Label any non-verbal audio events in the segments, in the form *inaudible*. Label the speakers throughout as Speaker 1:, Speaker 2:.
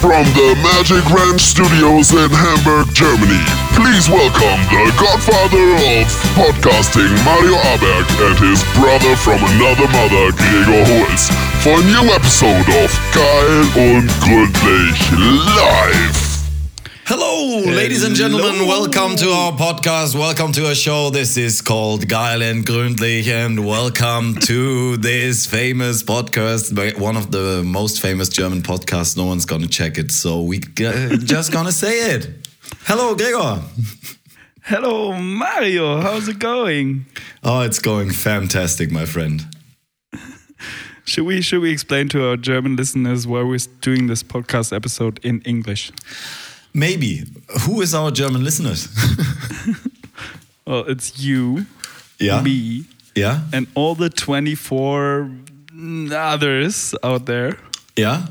Speaker 1: From the Magic Ranch Studios in Hamburg, Germany, please welcome the godfather of podcasting, Mario Aberg, and his brother from another mother, Gregor Holz, for a new episode of Geil und Gründlich Live.
Speaker 2: Hello, ladies and gentlemen. Welcome to our podcast. Welcome to our show. This is called Geil and Gründlich, and welcome to this famous podcast, by one of the most famous German podcasts. No one's gonna check it, so we g- *laughs* just gonna say it. Hello, Gregor.
Speaker 3: Hello, Mario. How's it going?
Speaker 2: Oh, it's going fantastic, my friend.
Speaker 3: Should we should we explain to our German listeners why we're doing this podcast episode in English?
Speaker 2: Maybe who is our German listeners? *laughs*
Speaker 3: Well, it's you,
Speaker 2: Yeah.
Speaker 3: me,
Speaker 2: yeah,
Speaker 3: and all the 24 others out there
Speaker 2: yeah.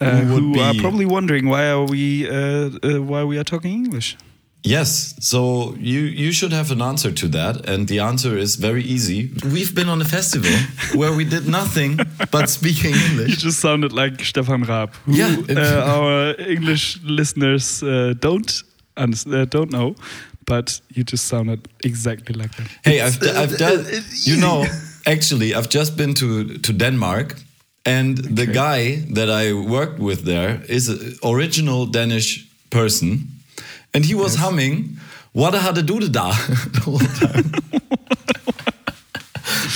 Speaker 3: uh,
Speaker 2: Who would
Speaker 3: who are
Speaker 2: be-
Speaker 3: probably wondering why are we uh, uh, why we are talking English.
Speaker 2: Yes, so you you should have an answer to that, and the answer is very easy. We've been on a festival *laughs* where we did nothing but speaking
Speaker 3: You
Speaker 2: English.
Speaker 3: just sounded like Stefan Raab, who
Speaker 2: Yeah.
Speaker 3: uh, *laughs* our English listeners uh, don't understand, uh, don't know, but you just sounded exactly like that.
Speaker 2: *laughs* Hey, I've d- I've done. You know, actually, I've just been to to Denmark, and the guy that I worked with there is an original Danish person, and he was humming "What a Hade Dude Da" *laughs* the whole *laughs* time,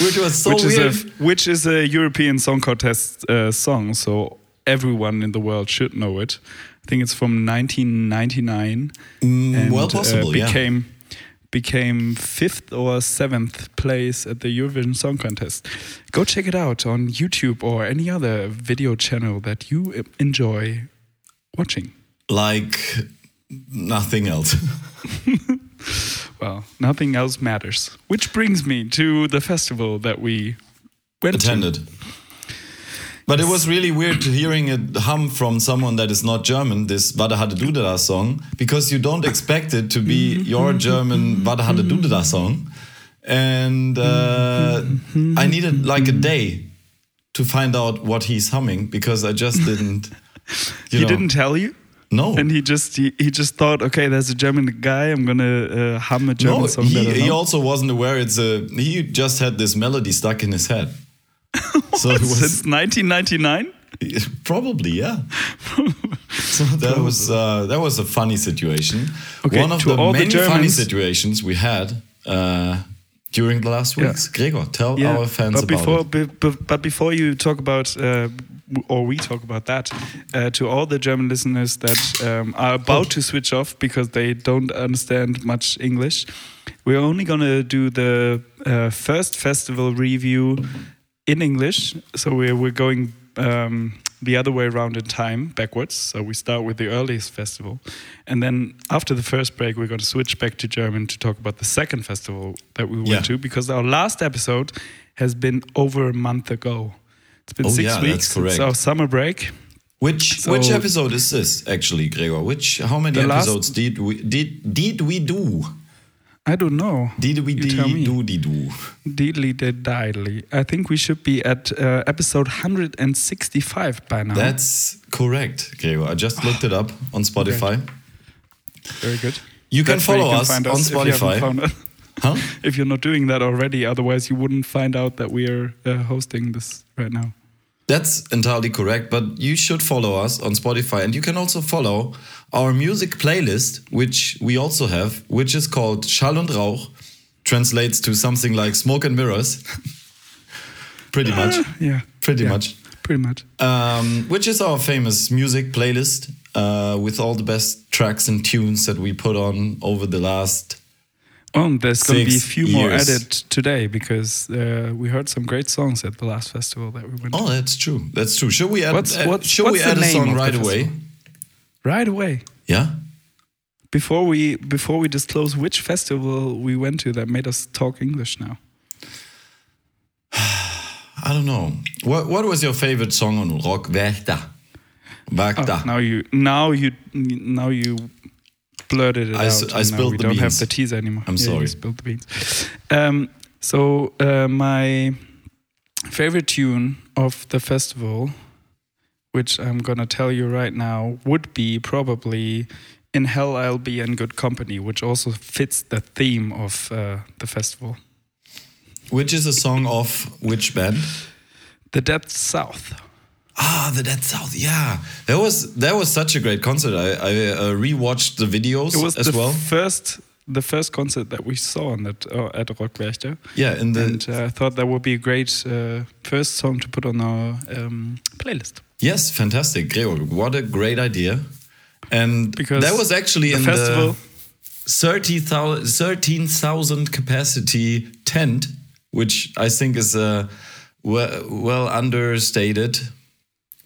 Speaker 2: which was so
Speaker 3: which
Speaker 2: weird.
Speaker 3: is a which is a European Song Contest uh, song, so everyone in the world should know it. I think it's from 1999. and,
Speaker 2: Mm,
Speaker 3: uh,
Speaker 2: well, possible, yeah.
Speaker 3: became became fifth or seventh place at the Eurovision Song Contest. Go check it out on YouTube or any other video channel that you uh, enjoy watching.
Speaker 2: like nothing else.
Speaker 3: Well, nothing else matters. Which brings me to the festival that we went to.
Speaker 2: attended. But it was really weird to hearing a hum from someone that is not German, this Vada Hade Dudada song, because you don't expect it to be your German Vada Hade Dudada song. And uh, I needed like a day to find out what he's humming because I just didn't. You
Speaker 3: He
Speaker 2: know.
Speaker 3: didn't tell you?
Speaker 2: No.
Speaker 3: And he just he, he just thought, okay, there's a German guy. I'm gonna uh, hum a German
Speaker 2: no,
Speaker 3: song.
Speaker 2: he,
Speaker 3: that I
Speaker 2: he
Speaker 3: know.
Speaker 2: also wasn't aware it's a. He just had this melody stuck in his head. so it was
Speaker 3: Since 1999.
Speaker 2: *laughs* Probably,
Speaker 3: *laughs*
Speaker 2: yeah. so that was uh, that was a funny situation.
Speaker 3: Okay,
Speaker 2: One of
Speaker 3: to
Speaker 2: the
Speaker 3: all the
Speaker 2: many funny
Speaker 3: Germans-
Speaker 2: situations we had uh, during the last weeks. Gregor, tell our fans
Speaker 3: but before,
Speaker 2: about
Speaker 3: be- be- but before you talk about, uh, w- or we talk about that, uh, to all the German listeners that um, are about to switch off because they don't understand much English, we're only gonna do the uh, first festival review in English. So we're we're going. Um, the other way around in time, backwards. So we start with the earliest festival. And then after the first break, we're going to switch back to German to talk about the second festival that we went
Speaker 2: Yeah.
Speaker 3: to because our last episode has been over a month ago. It's been
Speaker 2: Oh,
Speaker 3: six
Speaker 2: yeah, that's
Speaker 3: weeks. It's
Speaker 2: correct.
Speaker 3: our summer break.
Speaker 2: which which
Speaker 3: so-
Speaker 2: episode is this actually, Gregor? Which how many
Speaker 3: The last-
Speaker 2: episodes did we did did we do?
Speaker 3: I don't know.
Speaker 2: Did we
Speaker 3: You
Speaker 2: dee
Speaker 3: tell me.
Speaker 2: do dee do?
Speaker 3: Diddly diddly. I think we should be at uh, episode 165 by now.
Speaker 2: That's correct, Gregor. I just looked it up on Spotify.
Speaker 3: very good.
Speaker 2: You can
Speaker 3: That's where
Speaker 2: follow us
Speaker 3: find
Speaker 2: on
Speaker 3: if you haven't
Speaker 2: Spotify.
Speaker 3: found us. *laughs*
Speaker 2: Huh?
Speaker 3: if you're not doing that already, otherwise you wouldn't find out that we are uh, hosting this right
Speaker 2: *laughs*
Speaker 3: now.
Speaker 2: That's entirely correct, but you should follow us on Spotify and you can also follow our music playlist, which we also have, which is called Schall und Rauch, translates to something like Smoke and Mirrors. *laughs* pretty
Speaker 3: *laughs*
Speaker 2: much.
Speaker 3: Yeah.
Speaker 2: Pretty
Speaker 3: Yeah.
Speaker 2: much.
Speaker 3: Pretty much.
Speaker 2: Um, which is our famous music playlist uh, with all the best tracks and tunes that we put on over the last.
Speaker 3: Oh, there's going to be a
Speaker 2: Six
Speaker 3: few more
Speaker 2: years.
Speaker 3: added today because uh, we heard some great songs at the last festival that we went to.
Speaker 2: Oh, that's true. That's true. Should we add,
Speaker 3: What's-
Speaker 2: add-
Speaker 3: what's-
Speaker 2: should
Speaker 3: what's
Speaker 2: we
Speaker 3: the
Speaker 2: add a
Speaker 3: name
Speaker 2: song
Speaker 3: of the
Speaker 2: right
Speaker 3: festival?
Speaker 2: away?
Speaker 3: right away.
Speaker 2: Yeah?
Speaker 3: Before we before we disclose which festival we went to that made us talk English now.
Speaker 2: I don't know. What What was your favorite song on Rock Werchter?
Speaker 3: Oh,
Speaker 2: Werchter.
Speaker 3: Now you now you now you blurted it
Speaker 2: I
Speaker 3: out.
Speaker 2: s-
Speaker 3: and
Speaker 2: I spilled
Speaker 3: now we
Speaker 2: the
Speaker 3: don't
Speaker 2: beans.
Speaker 3: have the teaser anymore.
Speaker 2: I'm
Speaker 3: Yeah,
Speaker 2: sorry.
Speaker 3: You spilled the beans. Um, so uh, my favorite tune of the festival, which I'm gonna tell you right now, would be probably "In Hell I'll Be in Good Company," which also fits the theme of uh, the festival.
Speaker 2: Which is a song of which band?
Speaker 3: The Dead South.
Speaker 2: Ah, the Dead South. Yeah, that was that was such a great concert. I, I uh, rewatched the videos
Speaker 3: It was
Speaker 2: as
Speaker 3: the
Speaker 2: well.
Speaker 3: first the first concert that we saw on that uh, at Rockwerchter.
Speaker 2: yeah, in the
Speaker 3: and uh, I thought that would be a great uh, first song to put on our um, playlist.
Speaker 2: yes, fantastic, Gregor. What a great idea! And
Speaker 3: Because
Speaker 2: that was actually
Speaker 3: the
Speaker 2: in
Speaker 3: festival-
Speaker 2: the 30,000 13,000 capacity tent, which I think is uh, well, well understated.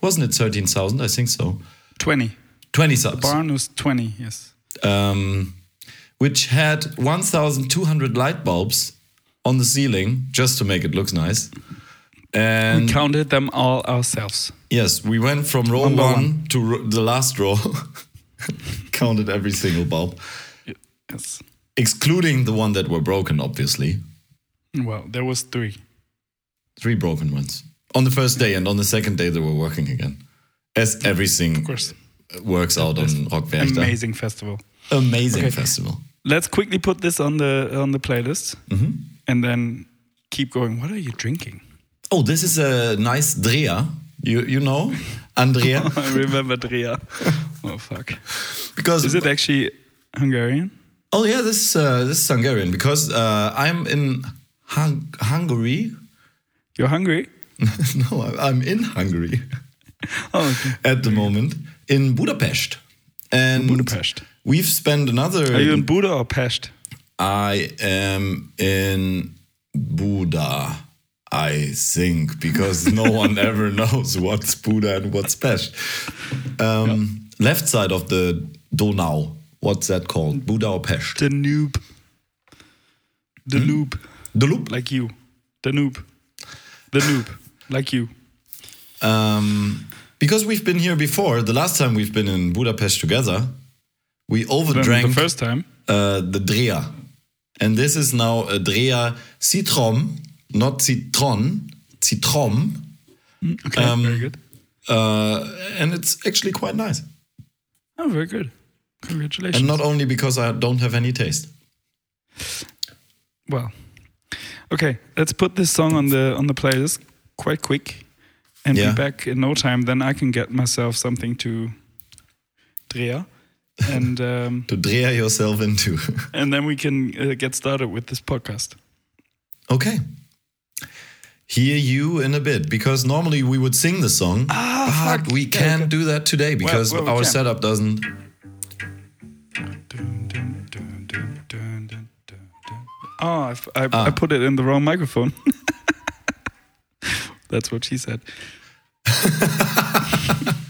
Speaker 2: Wasn't it thirteen thousand? I think so.
Speaker 3: 20.
Speaker 2: Twenty thousand.
Speaker 3: Barn was 20, yes.
Speaker 2: um, which had 1,200 light bulbs on the ceiling just to make it look nice. And
Speaker 3: Counted them all ourselves.
Speaker 2: yes, we went from row one,
Speaker 3: by one.
Speaker 2: to ro- the last row, *laughs* counted every single bulb,
Speaker 3: Yes.
Speaker 2: excluding the one that were broken, obviously.
Speaker 3: Well, there was three.
Speaker 2: Three broken ones on the first day, and on the second day, they were working again. As everything
Speaker 3: Of course.
Speaker 2: works out on Rockwerchter.
Speaker 3: Amazing festival.
Speaker 2: Amazing
Speaker 3: Okay.
Speaker 2: festival.
Speaker 3: Let's quickly put this on the on the playlist
Speaker 2: Mm-hmm.
Speaker 3: and then keep going. What are you drinking? *laughs*
Speaker 2: Oh, this is a nice Drea. You, you know,
Speaker 3: *laughs*
Speaker 2: Andrea.
Speaker 3: I remember Drea.
Speaker 2: *laughs*
Speaker 3: oh fuck.
Speaker 2: Because
Speaker 3: Is it actually Hungarian?
Speaker 2: Oh yeah, this is uh, this is Hungarian because uh, I'm in Hung- Hungary. *laughs*
Speaker 3: You're hungry?
Speaker 2: no, I- I'm in Hungary
Speaker 3: Oh, okay.
Speaker 2: at the moment in Budapest. And
Speaker 3: Budapest.
Speaker 2: We've spent another.
Speaker 3: Are you in Buda or Pest?
Speaker 2: I am in Buda. I think because no
Speaker 3: *laughs*
Speaker 2: one ever knows what's Buda and what's Pest. Um, Left side of the Donau. What's that called? Buda or Pest?
Speaker 3: The noob. The noob.
Speaker 2: The loop.
Speaker 3: Hmm? Like you. The noob. The noob. Like you.
Speaker 2: Um, because we've been here before, the last time we've been in Budapest together, we
Speaker 3: Then
Speaker 2: overdrank
Speaker 3: the first time.
Speaker 2: uh, the Drea. And this is now a Drea Citrom, not Citron, Citrom.
Speaker 3: Okay.
Speaker 2: Um,
Speaker 3: very good.
Speaker 2: Uh, and it's actually quite nice.
Speaker 3: Oh, very good. Congratulations.
Speaker 2: And not only because I don't have any taste.
Speaker 3: Well, okay. Let's put this song on the on the playlist quite quick, and
Speaker 2: Yeah.
Speaker 3: be back in no time. Then I can get myself something to Drea, and um,
Speaker 2: To Drea yourself into. *laughs*
Speaker 3: and then we can uh, get started with this podcast.
Speaker 2: okay. Hear you in a bit because normally we would sing the song,
Speaker 3: Ah,
Speaker 2: but we can't do that today because
Speaker 3: well, we
Speaker 2: our
Speaker 3: can.
Speaker 2: setup doesn't.
Speaker 3: Oh, I, f- I-
Speaker 2: Ah.
Speaker 3: I put it in the wrong microphone. *laughs* That's what she said. *laughs*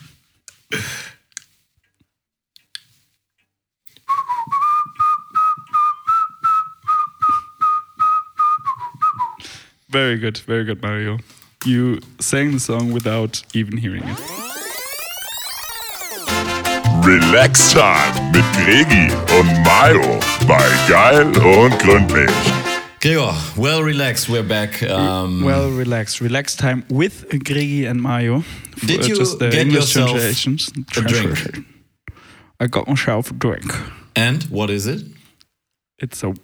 Speaker 3: Very good, very good, Mario. You sang the song without even hearing it.
Speaker 1: Relax Time mit Gregi und Mayo bei Geil und Gründlich.
Speaker 2: Gregor, well relaxed. We're back. Um,
Speaker 3: well, relax. Relax time with Grigi and Mario. For,
Speaker 2: Did you
Speaker 3: the
Speaker 2: get
Speaker 3: English
Speaker 2: yourself
Speaker 3: translations.
Speaker 2: a drink?
Speaker 3: Translation. I got myself a drink.
Speaker 2: and what is it?
Speaker 3: It's a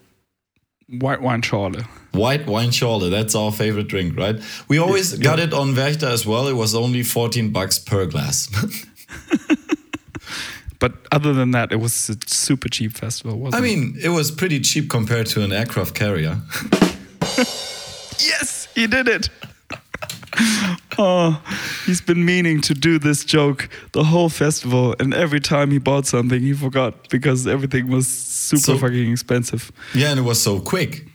Speaker 3: white wine charlie.
Speaker 2: White wine schorle. That's our favorite drink, right? We always got it on Werchter as well. It was only 14 bucks per glass. *laughs*
Speaker 3: But other than that, it was a super cheap festival, wasn't
Speaker 2: I mean, it was pretty cheap compared to an aircraft carrier.
Speaker 3: it? Yes, he did it. *laughs* oh, he's been meaning to do this joke the whole festival, and every time he bought something, he forgot because everything was super
Speaker 2: So-
Speaker 3: fucking expensive.
Speaker 2: Yeah, and it was so quick.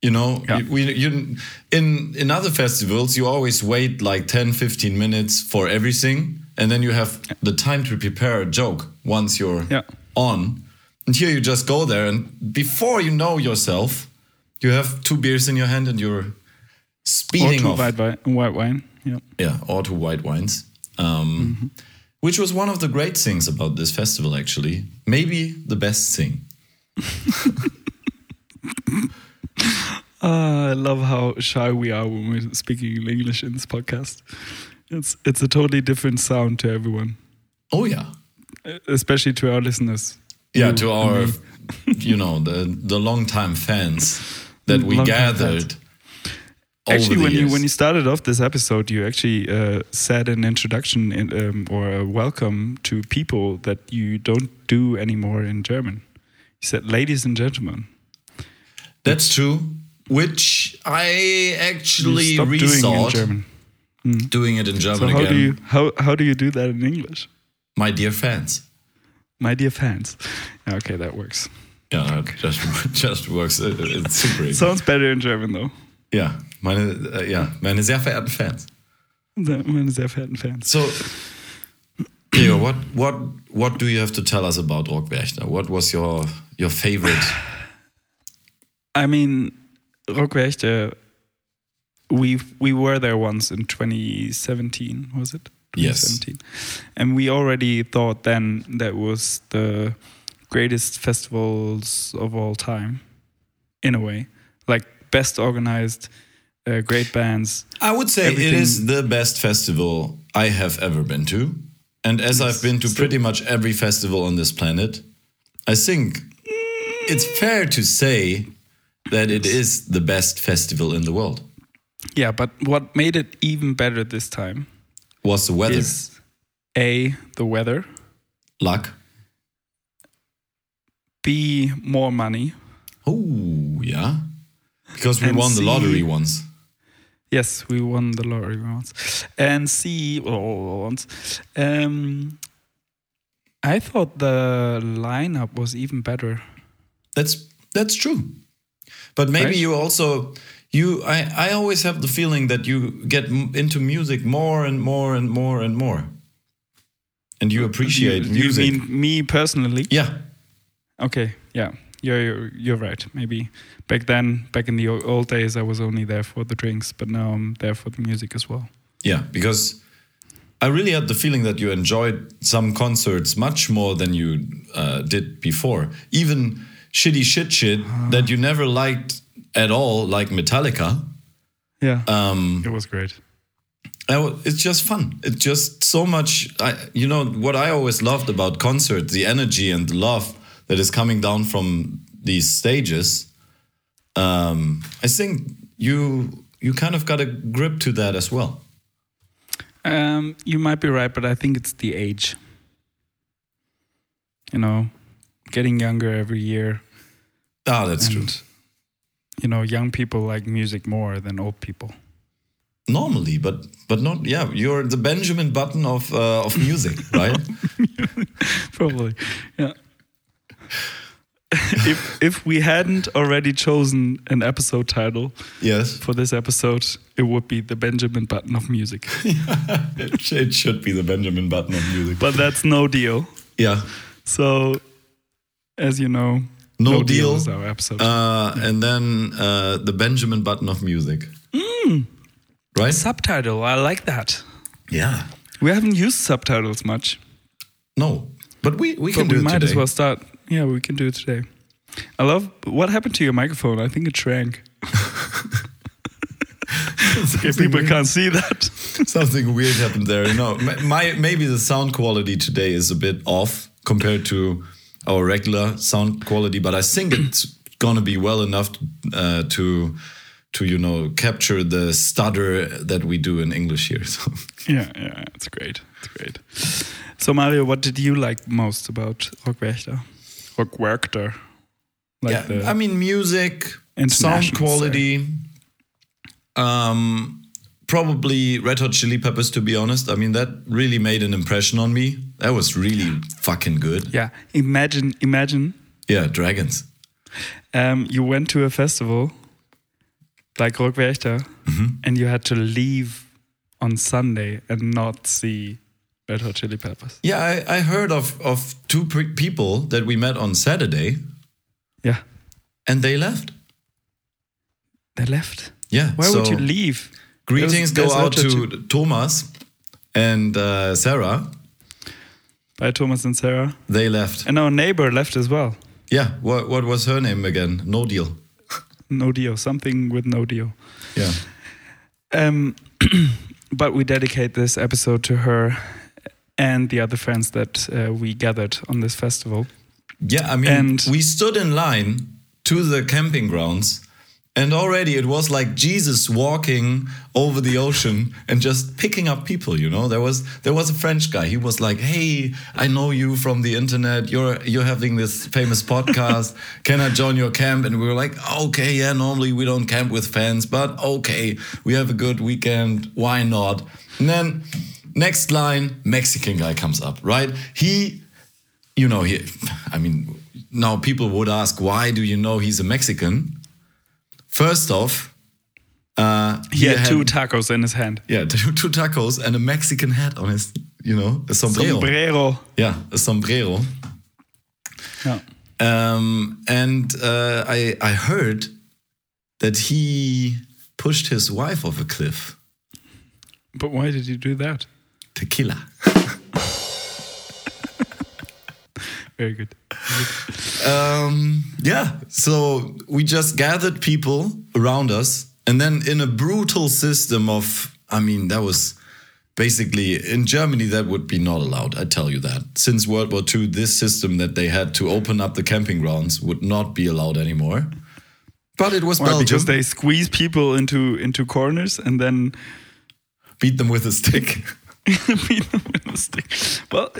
Speaker 2: You know,
Speaker 3: Yeah.
Speaker 2: we, you, in, in other festivals, you always wait like 10, 15 minutes for everything. And then you have the time to prepare a joke once you're
Speaker 3: Yeah.
Speaker 2: on. And here you just go there. And before you know yourself, you have two beers in your hand and you're
Speaker 3: Or
Speaker 2: speeding
Speaker 3: two
Speaker 2: off.
Speaker 3: white, wi- white wine. Yeah.
Speaker 2: yeah, or to white wines, um,
Speaker 3: Mm-hmm.
Speaker 2: which was one of the great things about this festival, actually. Maybe the best thing.
Speaker 3: Uh, I love how shy we are when we're speaking in English in this podcast. It's it's a totally different sound to everyone,
Speaker 2: Oh yeah.
Speaker 3: especially to our listeners.
Speaker 2: Yeah,
Speaker 3: You
Speaker 2: to
Speaker 3: and
Speaker 2: our,
Speaker 3: me.
Speaker 2: *laughs* you know, the the longtime fans that we
Speaker 3: Longtime
Speaker 2: gathered. over
Speaker 3: actually,
Speaker 2: the
Speaker 3: when you
Speaker 2: years.
Speaker 3: when you started off this episode, you actually uh, said an introduction in, um, or a welcome to people that you don't do anymore in German. You said, "Ladies and gentlemen."
Speaker 2: That's true. Which I
Speaker 3: You
Speaker 2: actually
Speaker 3: stopped doing it in
Speaker 2: resort doing,
Speaker 3: German.
Speaker 2: it in
Speaker 3: So
Speaker 2: German
Speaker 3: how
Speaker 2: again.
Speaker 3: do you how how do you do that in English,
Speaker 2: My dear fans.
Speaker 3: my dear fans? Okay, that works.
Speaker 2: Yeah, it *laughs* just just works. It- It's super easy.
Speaker 3: Sounds better in German though.
Speaker 2: ja, meine, äh, ja, meine sehr verehrten Fans.
Speaker 3: Meine sehr verehrten Fans.
Speaker 2: So, Gregor, what what what do you have to tell us about Rock Werchter? What was your your favorite?
Speaker 3: I mean, Rockwerchte, we we were there once in 2017, was it?
Speaker 2: Yes.
Speaker 3: 2017. And we already thought then that was the greatest festivals of all time, in a way. Like best organized, uh, great bands.
Speaker 2: I would say it
Speaker 3: Everything-
Speaker 2: is the best festival I have ever been to. And as I've been to pretty much every festival on this planet, I think it's fair to say that it is the best festival in the world.
Speaker 3: Yeah, but what made it even better this time
Speaker 2: Was the weather
Speaker 3: is A, the weather,
Speaker 2: luck?
Speaker 3: B, more money.
Speaker 2: Oh, yeah. Because we
Speaker 3: And
Speaker 2: won the
Speaker 3: see-
Speaker 2: lottery once.
Speaker 3: Yes, we won the lottery once. And see, well, oh, once. Um, I thought the lineup was even better.
Speaker 2: That's that's true. But maybe
Speaker 3: Right?
Speaker 2: you also you I I always have the feeling that you get m- into music more and more and more and more. And you appreciate
Speaker 3: you,
Speaker 2: music.
Speaker 3: You mean me personally?
Speaker 2: yeah.
Speaker 3: Okay, yeah, you're, you're you're right. Maybe back then, back in the o- old days, I was only there for the drinks, but now I'm there for the music as well.
Speaker 2: Yeah, because I really had the feeling that you enjoyed some concerts much more than you uh, did before. Even shitty shit shit that you never liked at all, like Metallica.
Speaker 3: Yeah,
Speaker 2: Um,
Speaker 3: it was great.
Speaker 2: I w- it's just fun. It's just so much. I, you know what I always loved about concerts: the energy and the love that is coming down from these stages. Um, I think you you kind of got a grip to that as well.
Speaker 3: Um, you might be right, but I think it's the age. You know, getting younger every year.
Speaker 2: Ah, that's true.
Speaker 3: and you know young people like music more than old people
Speaker 2: Normally, but but not. Yeah, you're the Benjamin Button of uh, of music, *laughs* right?
Speaker 3: *laughs* probably yeah *laughs* if if we hadn't already chosen an episode title
Speaker 2: yes,
Speaker 3: for this episode it would be the benjamin button of *laughs* music
Speaker 2: it should be the Benjamin Button of music.
Speaker 3: but that's no deal
Speaker 2: yeah,
Speaker 3: so as you know
Speaker 2: No Deal.
Speaker 3: is our episode
Speaker 2: uh, and then uh, the Benjamin Button of music. Hmm. Right.
Speaker 3: subtitle i like that
Speaker 2: Yeah.
Speaker 3: we haven't used subtitles much
Speaker 2: No, but we we can do
Speaker 3: but we
Speaker 2: it
Speaker 3: might
Speaker 2: today.
Speaker 3: as well start yeah we can do it today i love what happened to your microphone i think it shrank *laughs* Okay, people can't see that.
Speaker 2: *laughs* Something weird happened there. No, my, my maybe the sound quality today is a bit off compared to our regular sound quality, but I think it's *clears throat* gonna be well enough uh, to to you know capture the stutter that we do in English here. *laughs* So
Speaker 3: yeah, yeah, it's great. It's great. So Mario, what did you like most about Rockwerchter? Rockwerchter. Like
Speaker 2: yeah,
Speaker 3: the,
Speaker 2: I mean music, sound
Speaker 3: International,
Speaker 2: quality. Um. Probably Red Hot Chili Peppers, to be honest. I mean, that really made an impression on me. That was really fucking good.
Speaker 3: yeah, imagine imagine
Speaker 2: Yeah, dragons.
Speaker 3: um, you went to a festival like Rockwerchter and you had to leave on Sunday and not see Red Hot Chili Peppers.
Speaker 2: Yeah, I, I heard of, of two pre- people that we met on Saturday
Speaker 3: Yeah.
Speaker 2: and they left.
Speaker 3: They left.
Speaker 2: Yeah.
Speaker 3: Why would
Speaker 2: so
Speaker 3: you leave?
Speaker 2: Greetings
Speaker 3: There's-
Speaker 2: go
Speaker 3: there's
Speaker 2: out
Speaker 3: no
Speaker 2: to Thomas and uh, Sarah.
Speaker 3: By Thomas and Sarah.
Speaker 2: They left.
Speaker 3: And our neighbor left as well.
Speaker 2: Yeah. What, what was her name again? No deal.
Speaker 3: No deal. Something with no deal.
Speaker 2: Yeah.
Speaker 3: Um, *clears throat* but we dedicate this episode to her and the other friends that uh, we gathered on this festival.
Speaker 2: Yeah, I mean,
Speaker 3: And-
Speaker 2: we stood in line to the camping grounds, and already it was like Jesus walking over the ocean and just picking up people. You know, there was there was a French guy. He was like, "Hey, I know you from the internet. You're you're having this famous podcast. Can I join your camp?" And we were like, "Okay, yeah. Normally we don't camp with fans, but okay, we have a good weekend. Why not?" And then next line, Mexican guy comes up. Right, he you know, he, I mean, now people would ask, why do you know he's a Mexican? First off, uh,
Speaker 3: He had
Speaker 2: had-
Speaker 3: two tacos in his hand.
Speaker 2: *laughs* yeah, two, two tacos and a Mexican hat on his, you know, a sombrero.
Speaker 3: Sombrero.
Speaker 2: Yeah, a sombrero.
Speaker 3: Yeah.
Speaker 2: Um, and uh, I, I heard that he pushed his wife off a cliff.
Speaker 3: But why did you do that?
Speaker 2: Tequila.
Speaker 3: Very good.
Speaker 2: um, yeah, so we just gathered people around us, and then in a brutal system of, I mean, that was basically in Germany that would be not allowed. I tell you that since World War II, this system that they had to open up the camping grounds would not be allowed anymore. But it was
Speaker 3: Why?
Speaker 2: Belgium.
Speaker 3: Because they squeeze people into into corners and then
Speaker 2: beat them with a stick. *laughs*
Speaker 3: *laughs* beat them with a stick. Well,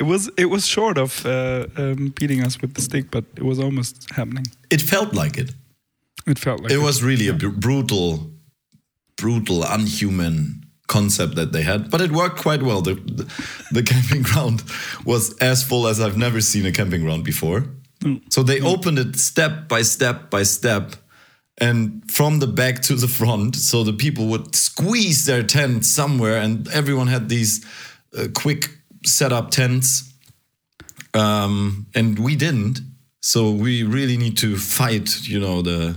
Speaker 3: it was it was short of uh, um, beating us with the stick, but it was almost happening.
Speaker 2: It felt like it.
Speaker 3: It felt like
Speaker 2: It was really a br- brutal, brutal, unhuman concept that they had, but it worked quite well. The, the, the camping *laughs* ground was as full as I've never seen a camping ground before. So they opened it step by step by step and from the back to the front. So the people would squeeze their tent somewhere, and everyone had these uh, quick setup tents. Um, and we didn't. So we really need to fight, you know, the.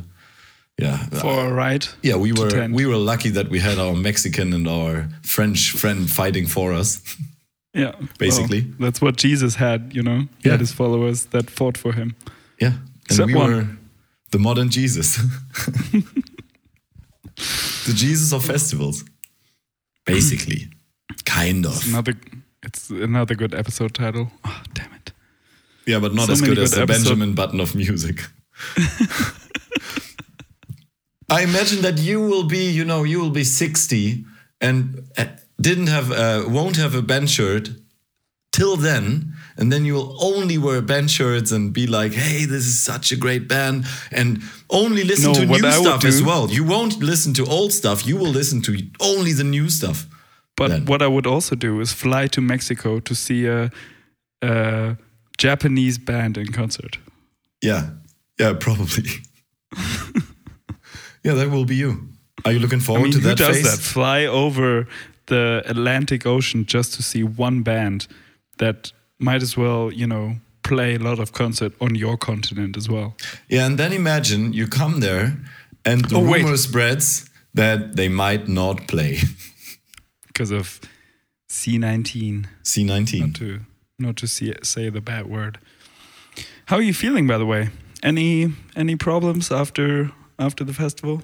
Speaker 2: Yeah,
Speaker 3: for a ride.
Speaker 2: yeah, we were
Speaker 3: tent.
Speaker 2: we were lucky that we had our Mexican and our French friend fighting for us. *laughs*
Speaker 3: Yeah,
Speaker 2: Basically.
Speaker 3: Well, that's what Jesus had. You know, he
Speaker 2: Yeah.
Speaker 3: had his followers that fought for him.
Speaker 2: Yeah, and
Speaker 3: Except
Speaker 2: we
Speaker 3: one.
Speaker 2: were the modern Jesus, *laughs* the Jesus of festivals, basically, kind of.
Speaker 3: Another, it's another good episode title. Oh, damn it.
Speaker 2: Yeah, but not
Speaker 3: so
Speaker 2: as
Speaker 3: many
Speaker 2: good as
Speaker 3: good
Speaker 2: the
Speaker 3: episode-
Speaker 2: Benjamin Button of music. I imagine that you will be, you know, you will be sixty and uh, didn't have, uh, won't have a band shirt till then and then you'll only wear band shirts and be like hey this is such a great band and only listen
Speaker 3: No,
Speaker 2: to
Speaker 3: what
Speaker 2: new
Speaker 3: I would
Speaker 2: stuff as
Speaker 3: do-
Speaker 2: well you won't listen to old stuff you will listen to only the new stuff
Speaker 3: But
Speaker 2: Then-
Speaker 3: what I would also do is fly to Mexico to see a, a Japanese band in concert.
Speaker 2: yeah yeah probably *laughs* yeah that will be you are you looking
Speaker 3: I
Speaker 2: forward
Speaker 3: mean,
Speaker 2: to
Speaker 3: who
Speaker 2: that
Speaker 3: does
Speaker 2: phase?
Speaker 3: that? Fly over the Atlantic Ocean just to see one band that might as well, you know, play a lot of concert on your continent as well.
Speaker 2: yeah and then imagine you come there and the
Speaker 3: Oh, wait.
Speaker 2: rumor spreads that they might not play *laughs*
Speaker 3: Because of C19,
Speaker 2: c19
Speaker 3: to not to see, say the bad word. How are you feeling, by the way? Any any problems after after the festival?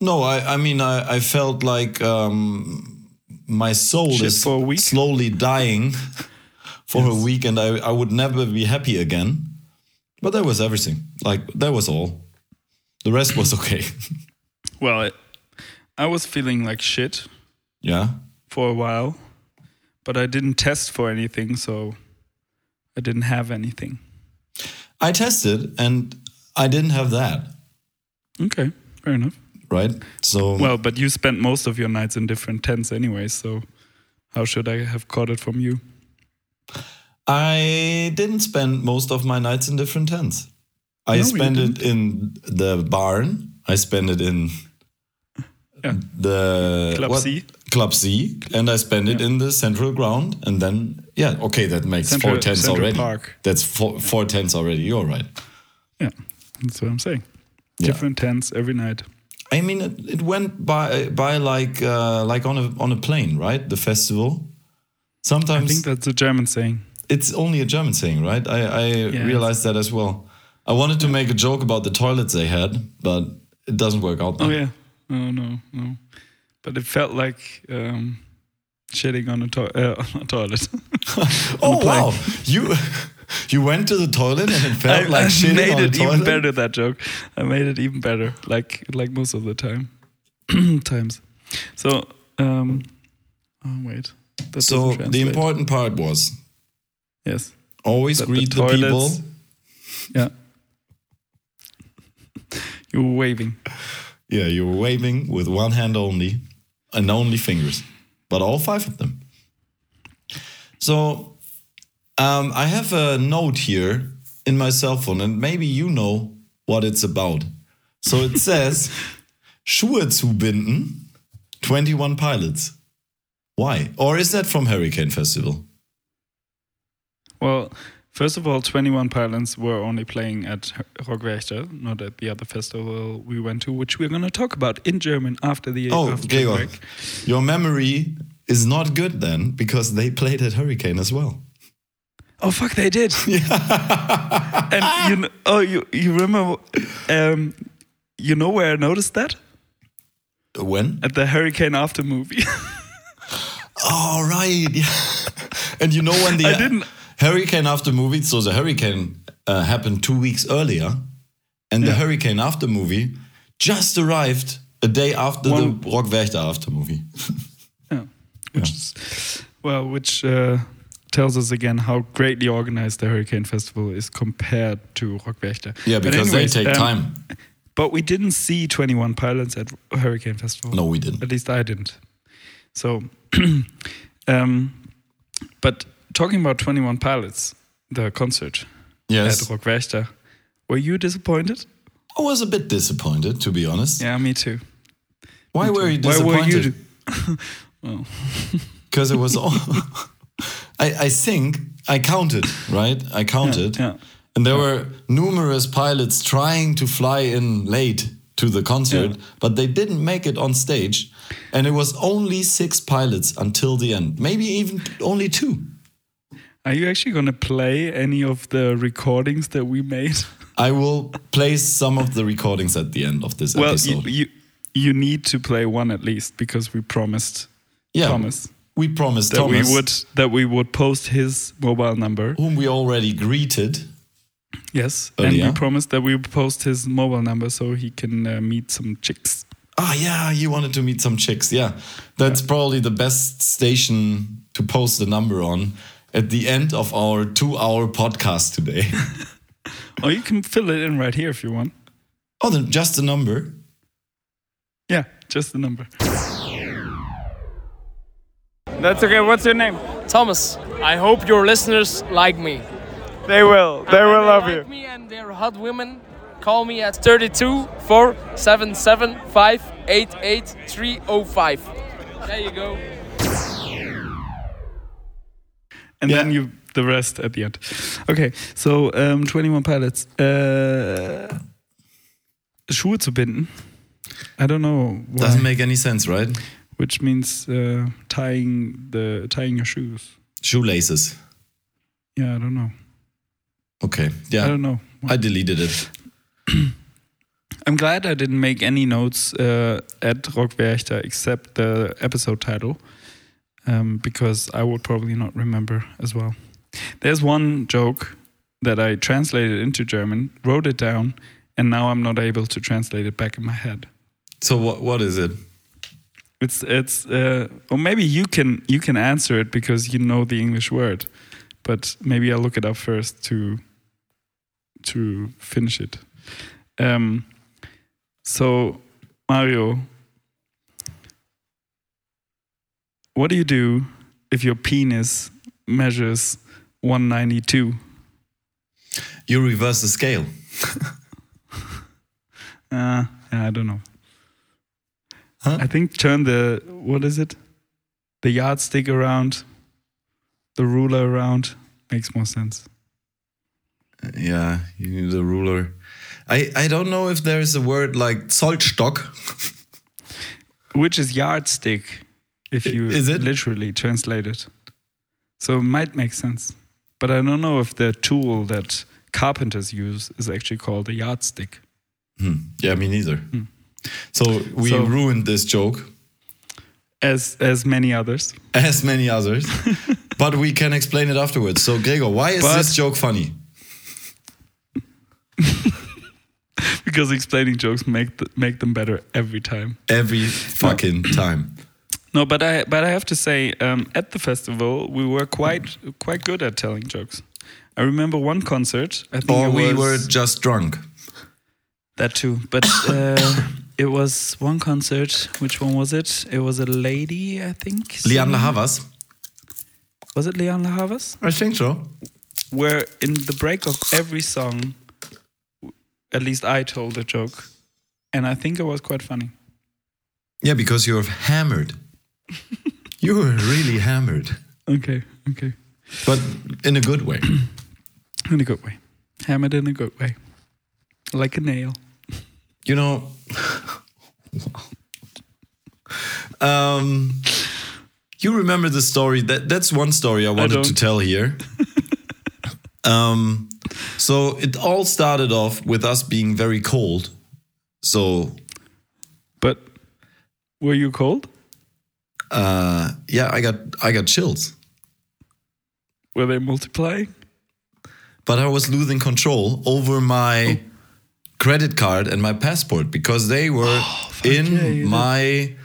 Speaker 2: No, I, I mean, I, I felt like um, my soul
Speaker 3: Shit
Speaker 2: is
Speaker 3: for a week?
Speaker 2: slowly dying *laughs* for a week and I, I would never be happy again. But that was everything. Like, that was all. The rest was okay. *laughs*
Speaker 3: Well, it, I was feeling like shit
Speaker 2: yeah.
Speaker 3: for a while, but I didn't test for anything, so I didn't have anything.
Speaker 2: I tested and I didn't have that,
Speaker 3: Okay, fair enough.
Speaker 2: right? So,
Speaker 3: Well, but you spent most of your nights in different tents anyway, so how should I have caught it from you?
Speaker 2: I didn't spend most of my nights in different tents. I
Speaker 3: No, you
Speaker 2: spent it in the barn. I spent it in
Speaker 3: Yeah.
Speaker 2: the
Speaker 3: Club C.
Speaker 2: Club C, and I spent it in the central ground. And then, yeah, okay, that makes
Speaker 3: Central-
Speaker 2: four tents
Speaker 3: Central
Speaker 2: already.
Speaker 3: Park.
Speaker 2: That's four, four tents already. You're right.
Speaker 3: Yeah, that's what I'm saying.
Speaker 2: Yeah.
Speaker 3: Different tents every night.
Speaker 2: I mean, it, it went by by like uh, like on a on a plane, right? The festival.
Speaker 3: I
Speaker 2: Sometimes
Speaker 3: think that's a German saying.
Speaker 2: it's only a German saying, right? I, I realized that as well. I wanted to make a joke about the toilets they had, but it doesn't work out.
Speaker 3: Oh yeah. Oh no, no. but it felt like um, shitting on a, to- uh, *laughs* on a toilet.
Speaker 2: Oh wow, you *laughs* you went to the toilet and it felt
Speaker 3: *laughs*
Speaker 2: like shitting
Speaker 3: made
Speaker 2: on
Speaker 3: it
Speaker 2: the toilet.
Speaker 3: even better that joke. I made it even better, like like most of the time *clears throat* times. So um, oh wait, that doesn't
Speaker 2: So the
Speaker 3: translate.
Speaker 2: important part was
Speaker 3: yes,
Speaker 2: always
Speaker 3: That the
Speaker 2: greet the, people.
Speaker 3: toilets- *laughs* yeah. you were waving.
Speaker 2: Yeah, you were waving with one hand only and only fingers, but all five of them. So um, I have a note here in my cell phone, and maybe you know what it's about. So it says Schuhe zubinden, 21 pilots. Why? Or is that from Hurricane Festival?
Speaker 3: Well, first of all, 21 Pilots were only playing at Rockwerchter, not at the other festival we went to, which we're going to talk about in German after the
Speaker 2: Oh,
Speaker 3: after the
Speaker 2: Gregor,
Speaker 3: break.
Speaker 2: your memory is not good then because they played at Hurricane as well.
Speaker 3: Oh fuck, they
Speaker 2: *laughs*
Speaker 3: did. and you know, oh you you remember um you know where I noticed that?
Speaker 2: When?
Speaker 3: At the Hurricane After movie.
Speaker 2: Oh, right. *laughs* Yeah. and you know when the
Speaker 3: I didn't-
Speaker 2: hurricane after movie, so the hurricane uh, happened two weeks earlier, and the hurricane after movie just arrived a day after
Speaker 3: One-
Speaker 2: the Rock Werchter after movie.
Speaker 3: yeah. *laughs* Which is well, which uh tells us again how greatly organized the Hurricane Festival is compared to Rockwerchter.
Speaker 2: Yeah,
Speaker 3: But
Speaker 2: because
Speaker 3: anyways,
Speaker 2: they take
Speaker 3: um,
Speaker 2: time.
Speaker 3: But we didn't see 21 pilots at Hurricane Festival.
Speaker 2: No, we didn't.
Speaker 3: At least I didn't. So, *clears throat* um, but talking about 21 Pilots, the concert
Speaker 2: Yes.
Speaker 3: at Rock Werchter, were you disappointed?
Speaker 2: I was a bit disappointed, to be honest.
Speaker 3: Yeah, me too.
Speaker 2: Why were you
Speaker 3: Why
Speaker 2: disappointed?
Speaker 3: were you?
Speaker 2: because it was all. *laughs* I, I think I counted, right? I counted.
Speaker 3: yeah.
Speaker 2: And there were numerous pilots trying to fly in late to the concert, but they didn't make it on stage. And it was only six pilots until the end, maybe even t- only two.
Speaker 3: Are you actually going to play any of the recordings that we made? *laughs*
Speaker 2: I will place some of the recordings at the end of this
Speaker 3: Well, you,
Speaker 2: episode.
Speaker 3: you you need to play one at least because we promised
Speaker 2: yeah,
Speaker 3: Thomas
Speaker 2: We promised
Speaker 3: that
Speaker 2: Thomas, Oh.
Speaker 3: we would that we would post his mobile number.
Speaker 2: whom we already greeted.
Speaker 3: Yes,
Speaker 2: Earlier.
Speaker 3: and we promised that we would post his mobile number so he can uh, meet some chicks.
Speaker 2: Ah, yeah, you wanted to meet some chicks. Yeah, that's probably the best station to post the number on at the end of our two hour podcast today. *laughs*
Speaker 3: Or you can fill it in right here if you want.
Speaker 2: oh, then just the number.
Speaker 3: Yeah, just the number.
Speaker 4: That's okay. What's your name?
Speaker 5: Thomas, I hope your listeners like me.
Speaker 4: They will. They
Speaker 5: they
Speaker 4: will love
Speaker 5: like
Speaker 4: you.
Speaker 5: me and their hot women. Call me at 32 477 588
Speaker 6: oh,
Speaker 5: 305. There you go.
Speaker 3: And
Speaker 2: Yeah.
Speaker 3: then you the rest at the end. Okay, so um, 21 Pilots. Uh, Schuhe zu binden. I don't know why,
Speaker 2: Doesn't make any sense, right?
Speaker 3: which means uh, tying the tying your shoes.
Speaker 2: Shoelaces.
Speaker 3: Yeah, I don't know.
Speaker 2: Okay.
Speaker 3: I
Speaker 2: Yeah,
Speaker 3: don't know.
Speaker 2: I deleted it.
Speaker 3: I'm glad I didn't make any notes uh, at Rockwerchter except the episode title, um, because I would probably not remember as well. There's one joke that I translated into German, wrote it down, and now I'm not able to translate it back in my head.
Speaker 2: So what? What is it?
Speaker 3: It's it's uh, or maybe you can you can answer it because you know the English word, but maybe I'll look it up first to to finish it. Um, so Mario, what do you do if your penis measures 192?
Speaker 2: You reverse the scale.
Speaker 3: Uh, yeah, I don't know.
Speaker 2: Huh?
Speaker 3: I think turn the what is it? The yardstick around, the ruler around makes more sense.
Speaker 2: Yeah, you need the ruler. I I don't know if there is a word like Zollstock.
Speaker 3: Which is yardstick, if you
Speaker 2: is it?
Speaker 3: literally translate it. So it might make sense, but I don't know if the tool that carpenters use is actually called a yardstick.
Speaker 2: Yeah, me neither. Hmm. So we
Speaker 3: So-
Speaker 2: ruined this joke.
Speaker 3: as as many others. *laughs*
Speaker 2: as many *laughs* others, but we can explain it afterwards. So, Gregor, why is
Speaker 3: But-
Speaker 2: this joke funny?
Speaker 3: Because explaining jokes make th- make them better every time.
Speaker 2: Every fucking time.
Speaker 3: No, but I but I have to say, um, at the festival we were quite quite good at telling jokes. I remember one concert. I think
Speaker 2: Or
Speaker 3: it
Speaker 2: Oh, we were
Speaker 3: was-
Speaker 2: just drunk.
Speaker 3: that too,
Speaker 2: *coughs*
Speaker 3: but uh, it was one concert. Which one was it? It was a lady, I think.
Speaker 2: Lian Havas?
Speaker 3: was it Leanne Havas?
Speaker 2: I think so.
Speaker 3: Where in the break of every song, at least I told a joke, and I think it was quite funny.
Speaker 2: Yeah, because you're *laughs* hammered. you were really hammered,
Speaker 3: Okay, okay,
Speaker 2: but in a good way.
Speaker 3: in a good way, hammered in a good way, like a nail.
Speaker 2: You know. um, you remember the story that that's one story I wanted to
Speaker 3: don't.
Speaker 2: tell
Speaker 3: *laughs*
Speaker 2: here. um, so it all started off with us being very cold. So
Speaker 3: But were you cold?
Speaker 2: uh, yeah, I got I got chills,
Speaker 3: Were they multiplying?
Speaker 2: but I was losing control over my
Speaker 3: Oh.
Speaker 2: credit card and my passport because they were in
Speaker 3: Oh, yeah, you did.
Speaker 2: my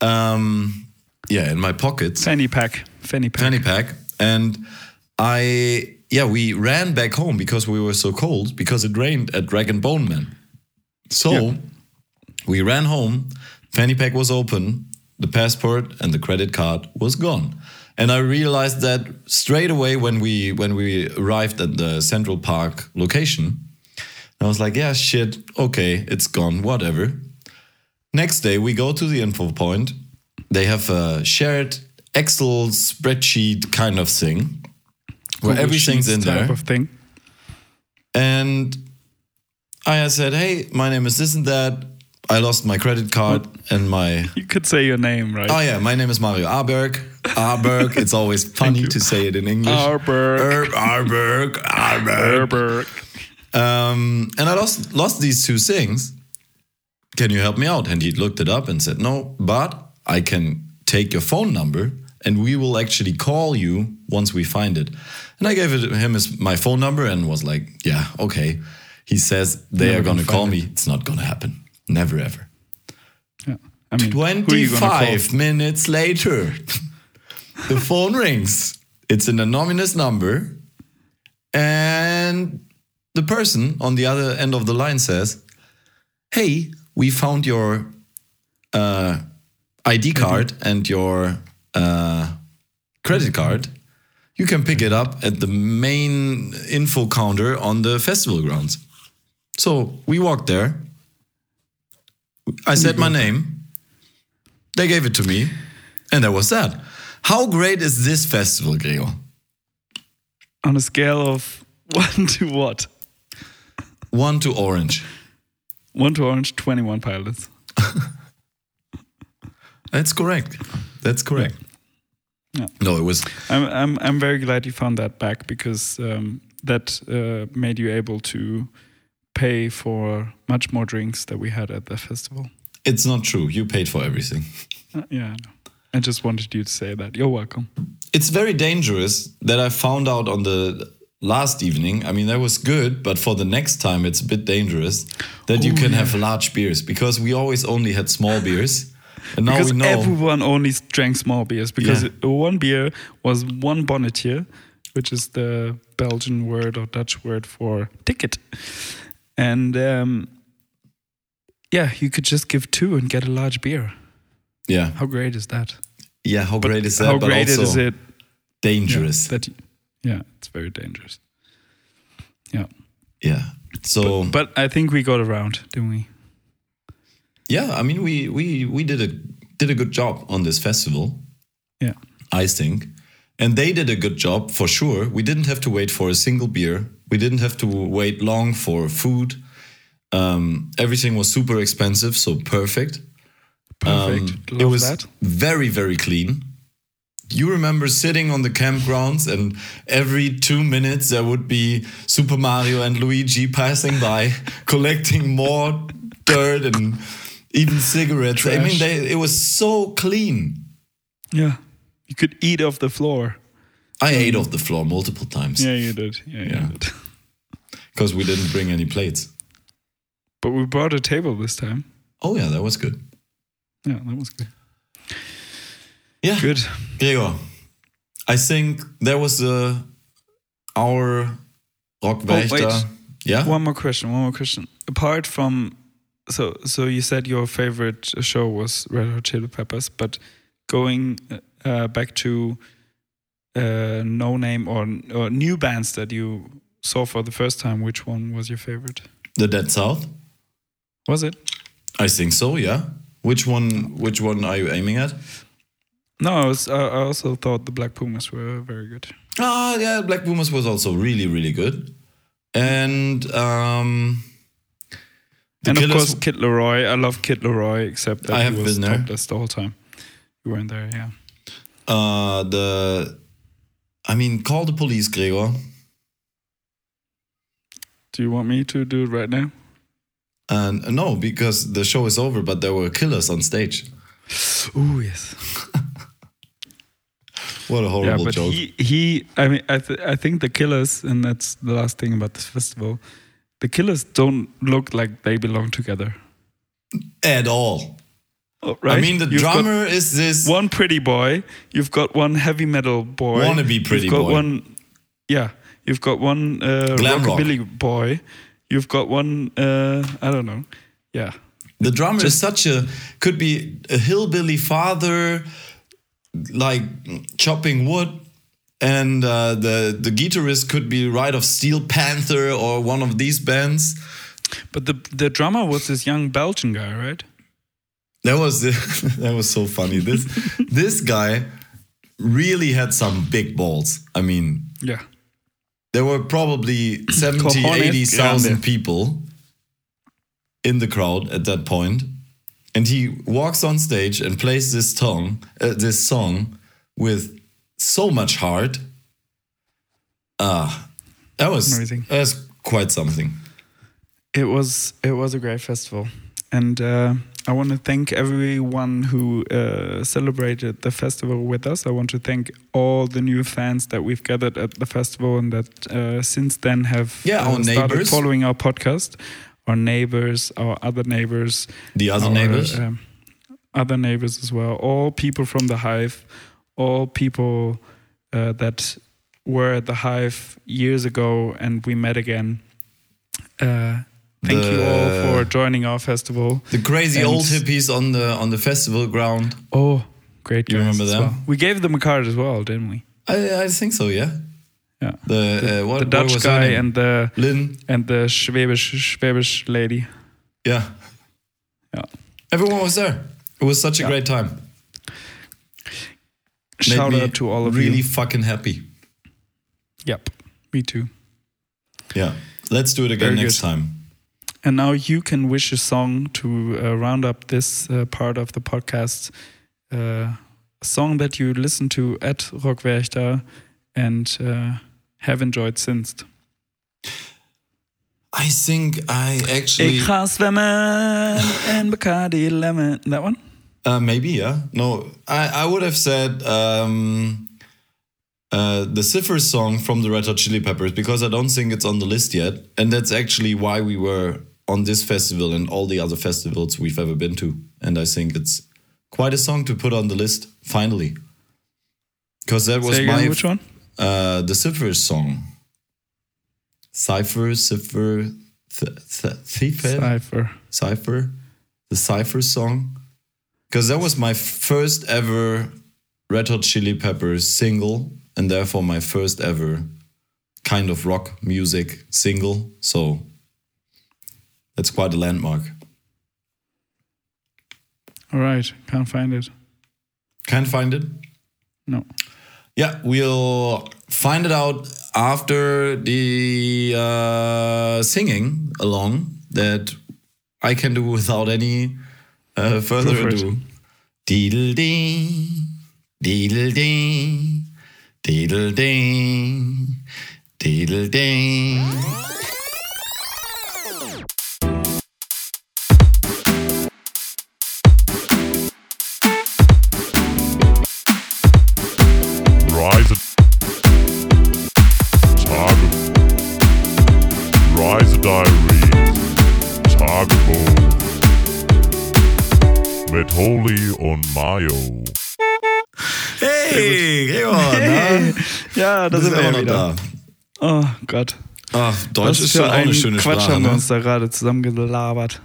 Speaker 2: um, yeah in my pockets.
Speaker 3: Fanny pack, fanny pack.
Speaker 2: fanny pack and i yeah we ran back home because we were so cold because it rained at dragon bone man so we ran home fanny pack was open the passport and the credit card was gone and i realized that straight away when we when we arrived at the central park location And i was like yeah shit okay it's gone whatever Next day, we go to the info point. They have a shared Excel spreadsheet kind of thing where
Speaker 3: Google
Speaker 2: everything's in
Speaker 3: Sheets type
Speaker 2: there.
Speaker 3: of thing.
Speaker 2: And I said, Hey, my name is this and that. I lost my credit card and my.
Speaker 3: You could say your name, right?
Speaker 2: Oh, yeah, my name is Mario Arberg. Arberg. It's
Speaker 3: *laughs*
Speaker 2: always funny to say it in English.
Speaker 3: Arberg.
Speaker 2: Er- Arberg. Arberg.
Speaker 3: Arberg.
Speaker 2: Um, and I lost lost these two things. Can you help me out? And he looked it up and said, No, but I can take your phone number and we will actually call you once we find it. And I gave it, him his, my phone number and was like, Yeah, okay. He says they are going to call me. It's not going to happen. Never ever.
Speaker 3: Yeah. I mean, who are you gonna call?
Speaker 2: 25 minutes later, the phone rings. It's an anonymous number. And the person on the other end of the line says, Hey, we found your uh, ID card and your uh, credit
Speaker 3: Mm-hmm.
Speaker 2: card. You can pick it up at the main info counter on the festival grounds. So we walked there. I said my name. They gave it to me, and that was that. How great is this festival, Gregor?
Speaker 3: On a scale of *laughs* one to what?
Speaker 2: One to orange.
Speaker 3: One to orange, 21 pilots.
Speaker 2: That's correct. That's correct.
Speaker 3: Yeah.
Speaker 2: No, it was
Speaker 3: I'm, I'm, I'm very glad you found that back because um, that uh, made you able to pay for much more drinks that we had at the festival.
Speaker 2: it's not true. You paid for everything.
Speaker 3: Uh, yeah, I know. I just wanted you to say that. You're welcome.
Speaker 2: It's very dangerous that I found out on the last evening. I mean, that was good, but for the next time it's a bit dangerous that you can have large beers because we always only had small beers. And now
Speaker 3: because
Speaker 2: Oh, we know
Speaker 3: everyone only drank small beers because
Speaker 2: Yeah.
Speaker 3: it- one beer was one bonnetier, which is the Belgian word or Dutch word for ticket. And um, yeah, you could just give two and get a large beer.
Speaker 2: Yeah.
Speaker 3: How great is that?
Speaker 2: Yeah, how great is that?
Speaker 3: How
Speaker 2: but
Speaker 3: great
Speaker 2: also
Speaker 3: is it? Yeah,
Speaker 2: dangerous.
Speaker 3: that you- yeah, it's very dangerous. Yeah,
Speaker 2: yeah. So
Speaker 3: but I think we got around, didn't we?
Speaker 2: Yeah, I mean we we we did a did a good job on this festival,
Speaker 3: Yeah,
Speaker 2: I think. And they did a good job for sure. We didn't have to wait for a single beer. We didn't have to wait long for food. Um, everything was super expensive, so perfect. Um,
Speaker 3: perfect.
Speaker 2: it
Speaker 3: Love
Speaker 2: was
Speaker 3: that.
Speaker 2: very very clean. You remember sitting on the campgrounds, and every two minutes there would be Super Mario and Luigi passing by, *laughs* collecting more dirt and even cigarettes. I mean,
Speaker 3: Trash.
Speaker 2: they, it was so clean.
Speaker 3: Yeah. You could eat off the floor.
Speaker 2: I ate off the floor multiple times
Speaker 3: Mm. Yeah, you did. Yeah, you
Speaker 2: Yeah.
Speaker 3: did.
Speaker 2: because we didn't bring any plates.
Speaker 3: But we brought a table this time.
Speaker 2: Oh yeah, that was good.
Speaker 3: Yeah, that was good.
Speaker 2: Yeah, *laughs*
Speaker 3: Good.
Speaker 2: Gregor, I think that was uh, our Rockwächter.
Speaker 3: Oh, wait.
Speaker 2: yeah,
Speaker 3: One more question. One more question. Apart from, so so you said your favorite show was Red Hot Chili Peppers, but going uh, back to uh, no name or or new bands that you saw for the first time, which one was your favorite?
Speaker 2: the Dead South.
Speaker 3: Was it?
Speaker 2: I think so. Yeah. Which one? Which one are you aiming at?
Speaker 3: No, I, was, I I also thought the Black Pumas were very good.
Speaker 2: Ah, yeah, Black Boomers was also really, really good. And um, the
Speaker 3: and
Speaker 2: Killers-
Speaker 3: of course, Kid Leroy. I love Kid Leroy, except that
Speaker 2: I
Speaker 3: I
Speaker 2: have
Speaker 3: he was
Speaker 2: been there.
Speaker 3: topless the whole time. You weren't there, yeah.
Speaker 2: uh, the, I mean, call the police, Gregor.
Speaker 3: Do you want me to do it right now?
Speaker 2: And uh, no, because the show is over, but there were killers on stage.
Speaker 3: Oh yes.
Speaker 2: What a
Speaker 3: Yeah,
Speaker 2: horrible
Speaker 3: but
Speaker 2: joke!
Speaker 3: he he. I mean, I th- I think the Killers, and that's the last thing about this festival. The Killers don't look like they belong together.
Speaker 2: At all.
Speaker 3: Oh, right?
Speaker 2: I mean, the
Speaker 3: You've got
Speaker 2: drummer is this.
Speaker 3: one pretty boy. You've got one heavy metal boy.
Speaker 2: Wannabe pretty
Speaker 3: you've got
Speaker 2: boy.
Speaker 3: One, yeah, you've got one uh,
Speaker 2: Glam rock.
Speaker 3: rockabilly boy. You've got one. Uh, I don't know. Yeah.
Speaker 2: The drummer is such a could be a hillbilly father, like chopping wood, and uh, the the guitarist could be Rite of Steel Panther or one of these bands.
Speaker 3: But the the drummer was this young Belgian guy, right?
Speaker 2: That was *laughs* that was so funny. This *laughs* this guy really had some big balls. I mean,
Speaker 3: Yeah.
Speaker 2: there were
Speaker 3: *clears throat*
Speaker 2: probably 70,
Speaker 3: Cojones
Speaker 2: 80,000
Speaker 3: grande.
Speaker 2: people in the crowd at that point. And he walks on stage and plays this song, uh, this song with so much heart. Ah, that was
Speaker 3: Amazing.
Speaker 2: That's quite something.
Speaker 3: It was it was a great festival, and uh, I want to thank everyone who uh, celebrated the festival with us. I want to thank all the new fans that we've gathered at the festival and that uh, since then have
Speaker 2: Yeah,
Speaker 3: uh,
Speaker 2: our
Speaker 3: started
Speaker 2: neighbors.
Speaker 3: following our podcast, our neighbors, our other neighbors,
Speaker 2: The other
Speaker 3: our,
Speaker 2: neighbors.
Speaker 3: um, other neighbors as well. All people from the hive, all people uh, that were at the hive years ago, and we met again. Uh, thank you all for
Speaker 2: The-
Speaker 3: joining our festival.
Speaker 2: the crazy
Speaker 3: and-
Speaker 2: old hippies on the on the festival ground.
Speaker 3: Oh, great!
Speaker 2: You
Speaker 3: guys
Speaker 2: remember
Speaker 3: as
Speaker 2: them?
Speaker 3: well. We gave them a card as well, didn't we?
Speaker 2: I, I think so, yeah.
Speaker 3: Yeah.
Speaker 2: The, uh, what,
Speaker 3: The
Speaker 2: what
Speaker 3: Dutch
Speaker 2: was her
Speaker 3: guy
Speaker 2: name?
Speaker 3: and the
Speaker 2: Lynn.
Speaker 3: and the Schwäbisch Schwäbisch lady.
Speaker 2: Yeah.
Speaker 3: Yeah.
Speaker 2: Everyone was there. It was such a great time. Made
Speaker 3: Shout
Speaker 2: me
Speaker 3: out to all of
Speaker 2: really
Speaker 3: you.
Speaker 2: fucking happy.
Speaker 3: Yep, me too.
Speaker 2: Yeah. Let's do it again
Speaker 3: Very
Speaker 2: next
Speaker 3: good.
Speaker 2: time.
Speaker 3: And now you can wish a song to uh, round up this uh, part of the podcast. Uh, a song that you listened to at Rockwerchter and uh, have enjoyed since.
Speaker 2: I think I actually
Speaker 3: Ik ga zwemmen en Bacardi Lemon. That one?
Speaker 2: uh, maybe yeah. No, I, I would have said um, uh, the Cipher song from the Red Hot Chili Peppers because I don't think it's on the list yet, and that's actually why we were on this festival and all the other festivals we've ever been to, and I think it's quite a song to put on the list finally. Because that was
Speaker 3: Say
Speaker 2: my
Speaker 3: again, which one?
Speaker 2: uh, the Cipher song. Cipher, Cipher, th- th- Cipher,
Speaker 3: Cypher.
Speaker 2: Cipher, the Cipher song. Because that was my first ever Red Hot Chili Peppers single, and therefore my first ever kind of rock music single. So that's quite a landmark.
Speaker 3: All right, can't find it.
Speaker 2: Can't find it.
Speaker 3: No.
Speaker 2: Yeah, we'll find it out after the uh, singing along that I can do without any uh, further
Speaker 3: Go for it.
Speaker 2: ado. Deedle ding, deedle ding, deedle ding, deedle ding.
Speaker 7: Holy on Mayo.
Speaker 2: Hey, *laughs* Gregor, na?
Speaker 3: Ja, da
Speaker 2: Bist
Speaker 3: sind wir
Speaker 2: immer
Speaker 3: ja
Speaker 2: noch
Speaker 3: wieder.
Speaker 2: da.
Speaker 3: Oh Gott.
Speaker 2: Ach, Deutsch ist schon auch eine schöne
Speaker 3: Quatsch
Speaker 2: Sprache.
Speaker 3: haben wir
Speaker 2: ne?
Speaker 3: uns da gerade zusammengelabert.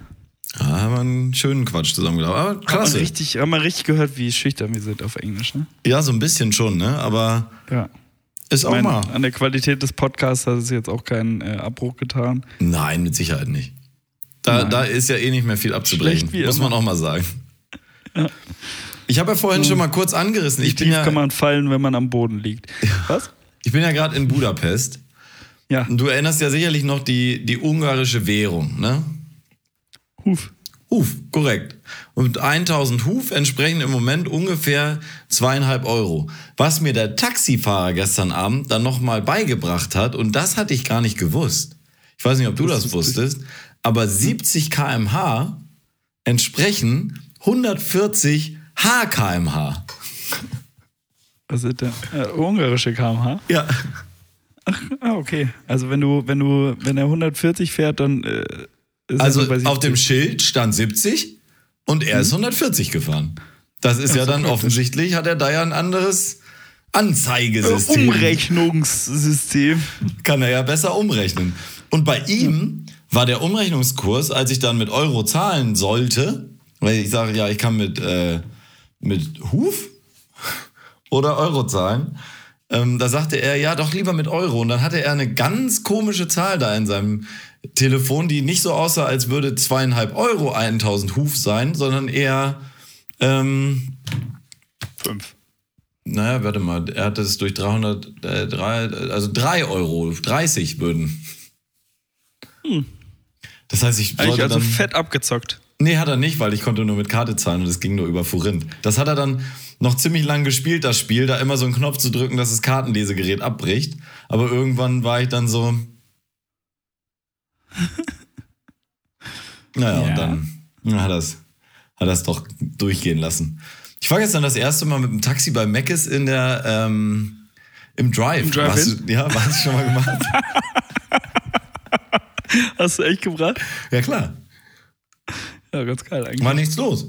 Speaker 2: Ja, haben wir einen schönen Quatsch zusammengelaufen. Aber
Speaker 3: Haben wir
Speaker 2: klasse.
Speaker 3: richtig, haben wir richtig gehört, wie schüchtern wir sind auf Englisch, ne?
Speaker 2: Ja, so ein bisschen schon, ne? Aber
Speaker 3: Ja.
Speaker 2: ist auch
Speaker 3: Ich meine,
Speaker 2: mal.
Speaker 3: an der Qualität des Podcasts hat es jetzt auch keinen äh, Abbruch getan.
Speaker 2: Nein, mit Sicherheit nicht. Da, da ist ja eh nicht mehr viel abzubrechen,
Speaker 3: Schlecht wie
Speaker 2: muss man
Speaker 3: immer.
Speaker 2: auch mal sagen. Ich habe ja vorhin schon mal kurz angerissen. Ich bin
Speaker 3: Tief
Speaker 2: ja,
Speaker 3: Hm. kann man fallen, wenn man am Boden liegt. Was?
Speaker 2: ich bin ja gerade in Budapest.
Speaker 3: Ja.
Speaker 2: Und du erinnerst ja sicherlich noch die, die ungarische Währung, ne?
Speaker 3: Huf.
Speaker 2: Huf, korrekt. Und 1000 Huf entsprechen im Moment ungefähr zweieinhalb Euro. Was mir der Taxifahrer gestern Abend dann nochmal beigebracht hat, und das hatte ich gar nicht gewusst. Ich weiß nicht, ob du das wusstest, aber 70 kmh entsprechen 140 HKMH.
Speaker 3: Was ist denn? Äh, ungarische KMH?
Speaker 2: Ja.
Speaker 3: Ah, okay. Also wenn du, wenn du, wenn er 140 fährt, dann äh, ist er
Speaker 2: Also
Speaker 3: nur bei
Speaker 2: auf dem
Speaker 3: 70.
Speaker 2: Schild stand 70 und er ist 140 gefahren. Das ist ja dann offensichtlich, hat er da ja ein anderes Anzeigesystem.
Speaker 3: Umrechnungssystem.
Speaker 2: kann er ja besser umrechnen. Und bei ihm war der Umrechnungskurs, als ich dann mit Euro zahlen sollte, weil ich sage, ja, ich kann mit, äh, mit Huf *laughs* oder Euro zahlen. Ähm, da sagte er, ja, doch lieber mit Euro. Und dann hatte er eine ganz komische Zahl da in seinem Telefon, die nicht so aussah, als würde zweieinhalb Euro 1000 Huf sein, sondern eher, ähm,
Speaker 3: Fünf.
Speaker 2: naja, warte mal, er hatte es durch 300, äh, drei, also 3 Euro, 30 würden. Das heißt, ich
Speaker 3: Hm. Eigentlich
Speaker 2: sollte
Speaker 3: also
Speaker 2: dann,
Speaker 3: fett abgezockt.
Speaker 2: Nee, hat er nicht, weil ich konnte nur mit Karte zahlen und es ging nur über Forint. Das hat er dann noch ziemlich lang gespielt, das Spiel, da immer so einen Knopf zu drücken, dass das Kartenlesegerät abbricht. Aber irgendwann war ich dann *laughs* so. naja,
Speaker 3: Ja.
Speaker 2: und dann, dann hat er es hat das doch durchgehen lassen. Ich war gestern das erste Mal mit dem Taxi bei Meckes in der ähm, im Drive. Im
Speaker 3: Drive-In?
Speaker 2: ja, was du schon mal gemacht? *laughs*
Speaker 3: Hast du echt gebracht?
Speaker 2: ja klar,
Speaker 3: Ja, ganz geil eigentlich.
Speaker 2: war nichts los.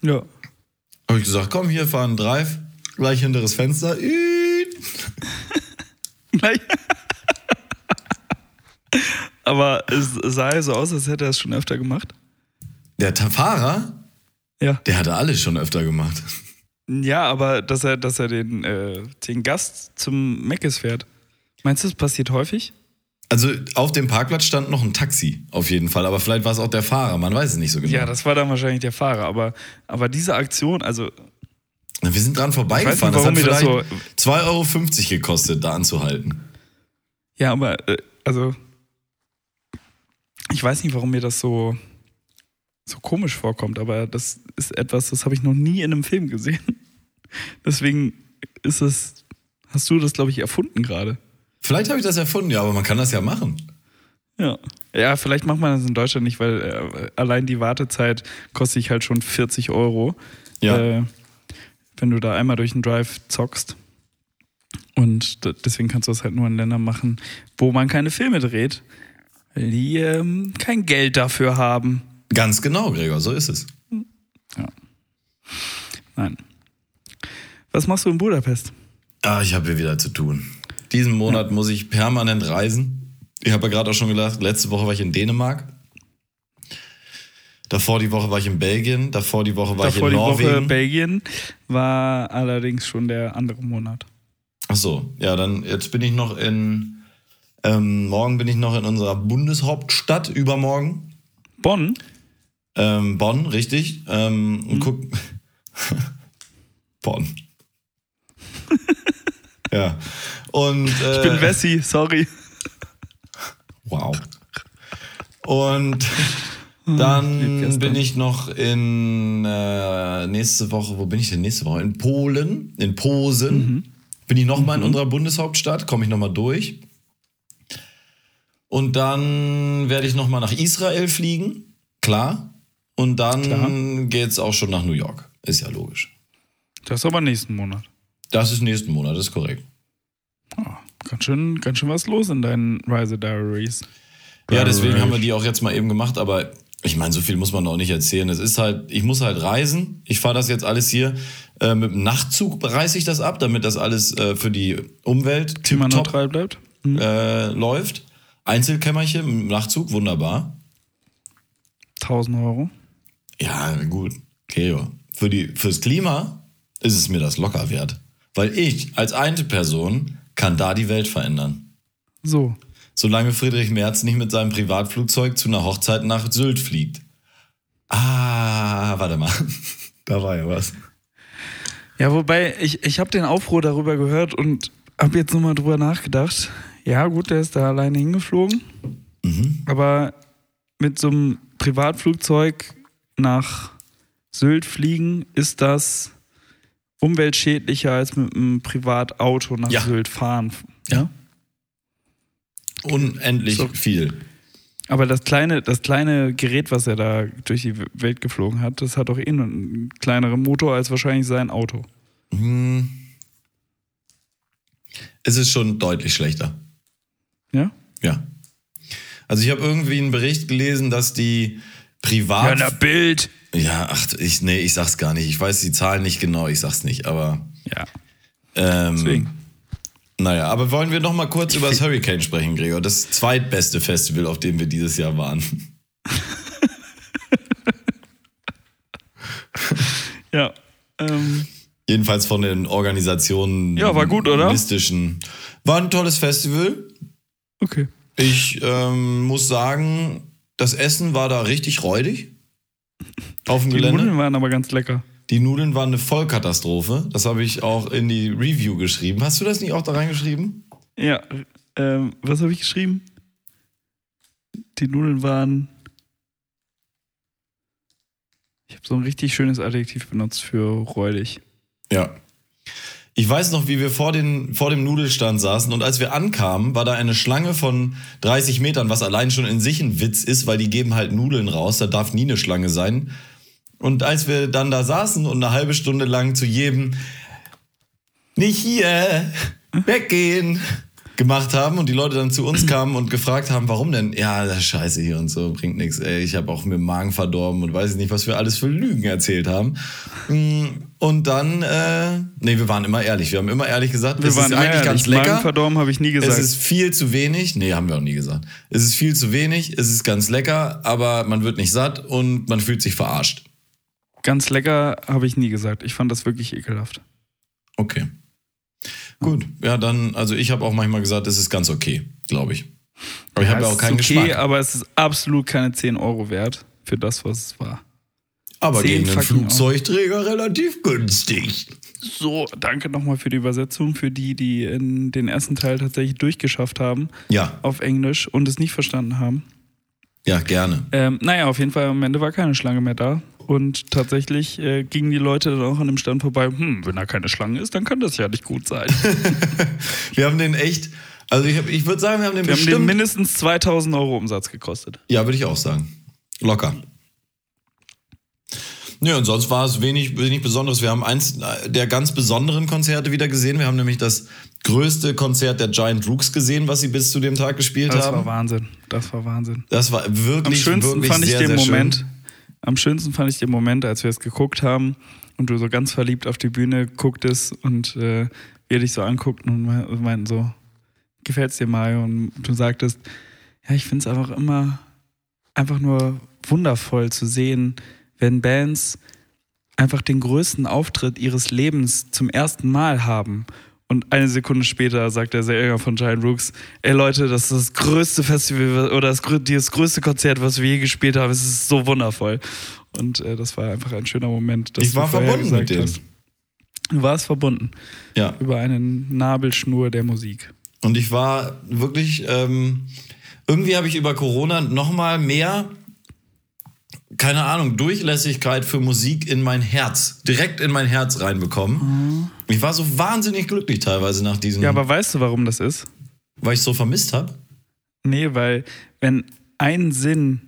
Speaker 3: Ja. *laughs*
Speaker 2: Habe ich gesagt, komm hier, fahren Drive, gleich hinteres Fenster. Iiit.
Speaker 3: Gleich. Aber es sah ja so aus, als hätte er es schon öfter gemacht.
Speaker 2: Der Ta- Fahrer,
Speaker 3: Ja.
Speaker 2: der hatte alles schon öfter gemacht.
Speaker 3: Ja, aber dass er, dass er den, äh, den Gast zum Meckes fährt. Meinst du, das passiert häufig?
Speaker 2: Also auf dem Parkplatz stand noch ein Taxi, auf jeden Fall. Aber vielleicht war es auch der Fahrer, man weiß es nicht so genau.
Speaker 3: Ja, das war dann wahrscheinlich der Fahrer. Aber, aber diese Aktion, also
Speaker 2: Wir sind dran vorbeigefahren.
Speaker 3: Ich weiß nicht,
Speaker 2: das hat
Speaker 3: warum mir
Speaker 2: vielleicht
Speaker 3: das
Speaker 2: 2,50 Euro gekostet, da anzuhalten.
Speaker 3: Ja, aber äh, also ich weiß nicht, warum mir das so so komisch vorkommt, aber das ist etwas, das habe ich noch nie in einem Film gesehen. *laughs* Deswegen ist es hast du das glaube ich erfunden gerade.
Speaker 2: Vielleicht habe ich das erfunden, ja, aber man kann das ja machen.
Speaker 3: Ja. Ja, vielleicht macht man das in Deutschland nicht, weil äh, allein die Wartezeit kostet dich halt schon 40 Euro.
Speaker 2: Ja.
Speaker 3: Äh, wenn du da einmal durch den Drive zockst. Und d- deswegen kannst du das halt nur in Ländern machen, wo man keine Filme dreht, weil die ähm, kein Geld dafür haben.
Speaker 2: Ganz genau, Gregor, so ist es.
Speaker 3: Nein. Was machst du in Budapest?
Speaker 2: Ah, ich habe hier wieder zu tun. Diesen Monat muss ich permanent reisen. Ich habe ja gerade auch schon gedacht, letzte Woche war ich in Dänemark. Davor die Woche war ich in Belgien. Davor die Woche war
Speaker 3: Davor
Speaker 2: ich
Speaker 3: die
Speaker 2: in Norwegen.
Speaker 3: Woche Belgien war allerdings schon der andere Monat.
Speaker 2: Ach so, ja, dann jetzt bin ich noch in. Ähm, morgen bin ich noch in unserer Bundeshauptstadt, übermorgen.
Speaker 3: Bonn?
Speaker 2: Ähm, Bonn, richtig. Ähm,
Speaker 3: Hm.
Speaker 2: Und guck. *laughs*
Speaker 3: *laughs*
Speaker 2: Bonn. ja. Und, äh,
Speaker 3: Ich bin Wessi, sorry.
Speaker 2: Wow. Und dann bin ich noch in äh, nächste Woche, wo bin ich denn nächste Woche? In Polen, in Posen. Bin ich nochmal mal in unserer Bundeshauptstadt, komme ich nochmal durch. Und dann werde ich nochmal nach Israel fliegen, klar. Und
Speaker 3: Klar.
Speaker 2: dann geht es auch schon nach New York. Ist ja logisch.
Speaker 3: Das ist aber nächsten Monat.
Speaker 2: Das ist nächsten Monat, ist korrekt.
Speaker 3: Ganz schön, ganz schön was los in deinen Reise Diaries.
Speaker 2: Ja, deswegen haben wir die auch jetzt mal eben gemacht, aber Ich meine, so viel muss man doch nicht erzählen. Es ist halt, ich muss halt reisen. Ich fahre das jetzt alles hier. Äh, mit dem Nachtzug reiße ich das ab, damit das alles äh, für die Umwelt
Speaker 3: Klimaneutral
Speaker 2: top
Speaker 3: bleibt.
Speaker 2: äh, läuft. Einzelkämmerchen im Nachtzug, wunderbar.
Speaker 3: 1000 Euro.
Speaker 2: Ja, gut. Okay, ja. Für die, fürs Klima ist es mir das locker wert. Weil ich als eine Person kann da die Welt verändern.
Speaker 3: So.
Speaker 2: Solange Friedrich Merz nicht mit seinem Privatflugzeug zu einer Hochzeit nach Sylt fliegt. Ah, warte mal. *laughs* Da war ja was.
Speaker 3: Ja, wobei, ich, ich habe den Aufruhr darüber gehört und habe jetzt nochmal drüber nachgedacht. Ja, gut, der ist da alleine hingeflogen. Aber mit so einem Privatflugzeug nach Sylt fliegen, ist das umweltschädlicher als mit einem Privatauto nach
Speaker 2: Ja.
Speaker 3: Sylt fahren.
Speaker 2: Ja. Unendlich
Speaker 3: So.
Speaker 2: viel.
Speaker 3: Aber das kleine, das kleine Gerät, was er da durch die Welt geflogen hat, das hat auch eh einen kleineren Motor als wahrscheinlich sein Auto.
Speaker 2: Hm. Es ist schon deutlich schlechter.
Speaker 3: Ja?
Speaker 2: Ja. Also ich habe irgendwie einen Bericht gelesen, dass die Privat...
Speaker 3: Bild.
Speaker 2: Ja, ach, ich, nee, ich sag's gar nicht. Ich weiß die Zahlen nicht genau, ich sag's nicht, aber.
Speaker 3: Ja.
Speaker 2: Ähm,
Speaker 3: Deswegen.
Speaker 2: Naja, aber wollen wir noch mal kurz über das Hurricane sprechen, Gregor? Das zweitbeste Festival, auf dem wir dieses Jahr waren. *laughs*
Speaker 3: Ja. Ähm,
Speaker 2: Jedenfalls von den Organisationen.
Speaker 3: Ja, war gut, oder?
Speaker 2: Mystischen. War ein tolles Festival.
Speaker 3: okay.
Speaker 2: Ich ähm, muss sagen, das Essen war da richtig räudig. Auf dem
Speaker 3: Die
Speaker 2: Gelände.
Speaker 3: Nudeln waren aber ganz lecker.
Speaker 2: Die Nudeln waren eine Vollkatastrophe. Das habe ich auch in die Review geschrieben. Hast du das nicht auch da reingeschrieben?
Speaker 3: Ja. Ähm, was habe ich geschrieben? Die Nudeln waren. Ich habe so ein richtig schönes Adjektiv benutzt für räudig.
Speaker 2: Ja. Ich weiß noch, wie wir vor, den, vor dem Nudelstand saßen und als wir ankamen, war da eine Schlange von 30 Metern, was allein schon in sich ein Witz ist, weil die geben halt Nudeln raus, da darf nie eine Schlange sein. Und als wir dann da saßen und eine halbe Stunde lang zu jedem nicht hier, weggehen gemacht haben und die Leute dann zu uns kamen und gefragt haben, warum denn? Ja, das ist scheiße hier und so, bringt nichts. Ey, ich habe auch mir den Magen verdorben und weiß ich nicht, was wir alles für Lügen erzählt haben. Mm, Und dann, äh, nee, wir waren immer ehrlich. Wir haben immer ehrlich gesagt,
Speaker 3: Wir
Speaker 2: es ist
Speaker 3: waren
Speaker 2: eigentlich
Speaker 3: ehrlich,
Speaker 2: ganz
Speaker 3: Magen
Speaker 2: lecker.
Speaker 3: verdorben habe ich nie gesagt.
Speaker 2: Es ist viel zu wenig. Nee, haben wir auch nie gesagt. Es ist viel zu wenig, es ist ganz lecker, aber man wird nicht satt und man fühlt sich verarscht.
Speaker 3: Ganz lecker habe ich nie gesagt. Ich fand das wirklich ekelhaft.
Speaker 2: Okay. Gut, ja, dann, also ich habe auch manchmal gesagt, es ist ganz okay, glaube ich. Aber ich habe ja
Speaker 3: es
Speaker 2: auch
Speaker 3: ist
Speaker 2: keinen
Speaker 3: okay,
Speaker 2: Geschmack.
Speaker 3: aber es ist absolut keine 10 Euro wert für das, was es war.
Speaker 2: Aber
Speaker 3: Zehn
Speaker 2: gegen den
Speaker 3: fucking Euro.
Speaker 2: Flugzeugträger relativ günstig.
Speaker 3: So, danke nochmal für die Übersetzung, für die, die in den ersten Teil tatsächlich durchgeschafft haben
Speaker 2: Ja,
Speaker 3: auf Englisch und es nicht verstanden haben.
Speaker 2: ja, gerne.
Speaker 3: Ähm, naja, auf jeden Fall am Ende war keine Schlange mehr da. Und tatsächlich äh, gingen die Leute dann auch an dem Stand vorbei. Hm, wenn da keine Schlange ist, dann kann das ja nicht
Speaker 2: *laughs*
Speaker 3: gut sein.
Speaker 2: Wir haben den echt, also ich, hab- ich würde sagen, wir haben den
Speaker 3: Wir haben
Speaker 2: bestimmt.
Speaker 3: den mindestens 2000 Euro Umsatz gekostet.
Speaker 2: ja, würde ich auch sagen. Locker. Nö, und sonst war es wenig, wenig Besonderes. Wir haben eins der ganz besonderen Konzerte wieder gesehen. Wir haben nämlich das größte Konzert der Giant Rooks gesehen, was sie bis zu dem Tag gespielt
Speaker 3: Das
Speaker 2: haben.
Speaker 3: war Wahnsinn. Das war Wahnsinn.
Speaker 2: Das war wirklich,
Speaker 3: Am schönsten
Speaker 2: wirklich
Speaker 3: fand ich
Speaker 2: sehr,
Speaker 3: den
Speaker 2: sehr schön.
Speaker 3: Moment. Am schönsten fand ich den Moment, als wir es geguckt haben und du so ganz verliebt auf die Bühne gucktest und äh, wir dich so anguckten und me- und meinten so, gefällt's dir Mario? Und du sagtest, ja, ich find's einfach immer einfach nur wundervoll zu sehen, wenn Bands einfach den größten Auftritt ihres Lebens zum ersten Mal haben. Und eine Sekunde später sagt der Sänger von Giant Rooks, ey Leute, das ist das größte Festival oder das, grö- das größte Konzert, was wir je gespielt haben. Es ist so wundervoll. Und äh, das war einfach ein schöner Moment. dass
Speaker 2: Ich
Speaker 3: du
Speaker 2: war
Speaker 3: vorher
Speaker 2: verbunden mit dem.
Speaker 3: gesagt hast. Du warst verbunden
Speaker 2: Ja.
Speaker 3: über eine Nabelschnur der Musik.
Speaker 2: Und ich war wirklich, ähm, irgendwie habe ich über Corona nochmal mehr, keine Ahnung, Durchlässigkeit für Musik in mein Herz, direkt in mein Herz reinbekommen. Ich war so wahnsinnig glücklich teilweise nach diesem,
Speaker 3: Mhm. Ja, aber weißt du, warum das ist?
Speaker 2: weil ich so vermisst habe.
Speaker 3: Nee, weil wenn ein Sinn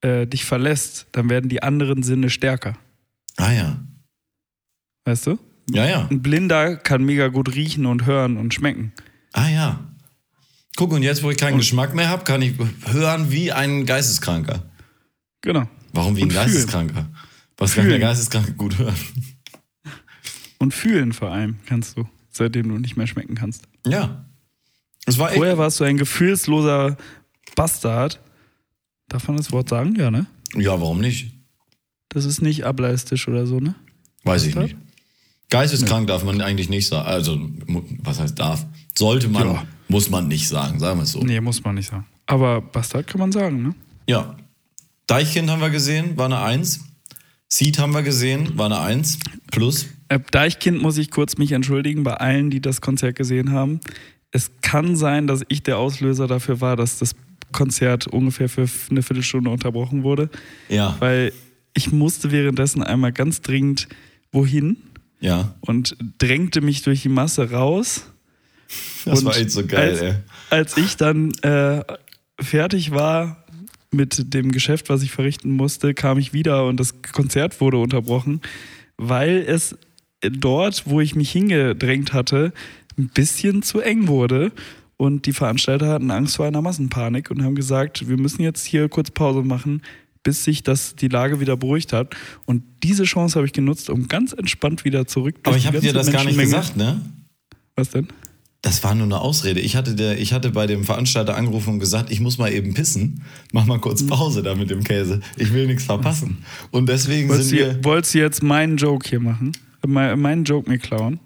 Speaker 3: äh, dich verlässt, dann werden die anderen Sinne stärker.
Speaker 2: Ah ja.
Speaker 3: Weißt du?
Speaker 2: Ja, ja.
Speaker 3: Ein Blinder kann mega gut riechen und hören und schmecken.
Speaker 2: Ah ja. Guck, und jetzt, wo ich keinen Geschmack mehr habe, kann ich hören wie ein Geisteskranker.
Speaker 3: Genau.
Speaker 2: Warum wie ein
Speaker 3: Und fühlen.
Speaker 2: Geisteskranker? Was kann der
Speaker 3: Fühlen.
Speaker 2: Geisteskranke gut hören?
Speaker 3: Und fühlen vor allem kannst du, seitdem du nicht mehr schmecken kannst.
Speaker 2: Ja. Es war echt.
Speaker 3: Vorher warst du ein gefühlsloser Bastard. Darf man das Wort sagen? Ja, ne?
Speaker 2: Ja, warum nicht?
Speaker 3: Das ist nicht ableistisch oder so, ne?
Speaker 2: Weiß ich
Speaker 3: Was?
Speaker 2: nicht. Geisteskrank darf man eigentlich nicht sagen. Also, mu- was heißt darf? Sollte man,
Speaker 3: Ja.
Speaker 2: muss man nicht sagen, sagen wir es so.
Speaker 3: Nee, muss man nicht sagen. Aber Bastard kann man sagen, ne?
Speaker 2: Ja. Deichkind haben wir gesehen, war eine Eins. Seed haben wir gesehen, war eine Eins. Plus.
Speaker 3: Äh, Deichkind muss ich kurz mich entschuldigen bei allen, die das Konzert gesehen haben. Es kann sein, dass ich der Auslöser dafür war, dass das Konzert ungefähr für f- eine Viertelstunde unterbrochen wurde,
Speaker 2: Ja.
Speaker 3: weil ich musste währenddessen einmal ganz dringend wohin
Speaker 2: Ja.
Speaker 3: und drängte mich durch die Masse raus.
Speaker 2: Das
Speaker 3: Und
Speaker 2: war echt so geil,
Speaker 3: als,
Speaker 2: ey.
Speaker 3: Als ich dann äh, fertig war mit dem Geschäft, was ich verrichten musste, kam ich wieder und das Konzert wurde unterbrochen, weil es dort, wo ich mich hingedrängt hatte, ein bisschen zu eng wurde. Und die Veranstalter hatten Angst vor einer Massenpanik und haben gesagt, wir müssen jetzt hier kurz Pause machen, bis sich das, die Lage wieder beruhigt hat. Und diese Chance habe ich genutzt, um ganz entspannt wieder zurück durch
Speaker 2: Aber ich
Speaker 3: die
Speaker 2: habe dir
Speaker 3: ganze
Speaker 2: das gar nicht
Speaker 3: Menschenmenge-
Speaker 2: gesagt, ne?
Speaker 3: Was denn?
Speaker 2: Das war nur eine Ausrede. Ich hatte, der, ich hatte bei dem Veranstalter angerufen und gesagt, ich muss mal eben pissen. Mach mal kurz
Speaker 3: Mhm.
Speaker 2: Pause da mit dem Käse. Ich will nichts verpassen. Und deswegen
Speaker 3: Wolltest
Speaker 2: sind
Speaker 3: du,
Speaker 2: wir.
Speaker 3: wolltest du jetzt meinen Joke hier machen? Me meinen Joke mir klauen?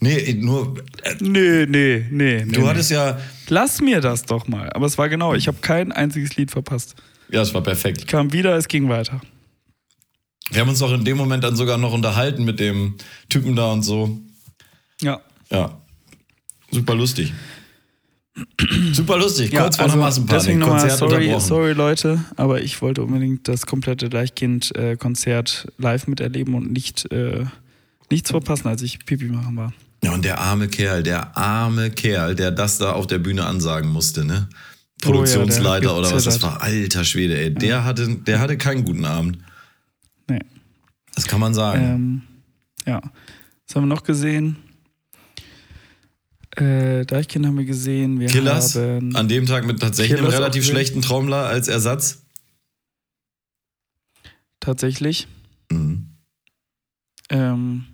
Speaker 2: Nee, nur. äh,
Speaker 3: Nee, nee, nee.
Speaker 2: Du hattest ja.
Speaker 3: Lass mir das doch mal. Aber es war genau, ich habe kein einziges Lied verpasst.
Speaker 2: Ja, es war perfekt.
Speaker 3: Ich kam wieder, es ging weiter.
Speaker 2: Wir haben uns auch in dem Moment dann sogar noch unterhalten mit dem Typen da und so.
Speaker 3: Ja.
Speaker 2: Ja. Super lustig. Super lustig. Kurz vor
Speaker 3: also
Speaker 2: der Massenpanik.
Speaker 3: deswegen nochmal
Speaker 2: Konzert
Speaker 3: sorry,
Speaker 2: unterbrochen.
Speaker 3: sorry, Leute, aber ich wollte unbedingt das komplette Deichkind-Konzert live miterleben und nicht, äh, nichts verpassen, als ich Pipi machen war.
Speaker 2: Ja, und der arme Kerl, der arme Kerl, der das da auf der Bühne ansagen musste, ne?
Speaker 3: Oh ja,
Speaker 2: Produktionsleiter
Speaker 3: der hat
Speaker 2: oder was das
Speaker 3: gezittert.
Speaker 2: war. Alter Schwede, ey. Der, hatte, der hatte keinen guten Abend.
Speaker 3: Nee.
Speaker 2: Das kann man sagen.
Speaker 3: Ähm, ja. Was haben wir noch gesehen? Äh, Deichkind haben wir gesehen. Wir
Speaker 2: Killers,
Speaker 3: haben
Speaker 2: an dem Tag mit tatsächlich
Speaker 3: Killers
Speaker 2: einem relativ
Speaker 3: auch gesehen.
Speaker 2: schlechten Trommler als Ersatz.
Speaker 3: tatsächlich.
Speaker 2: Mhm.
Speaker 3: Ähm,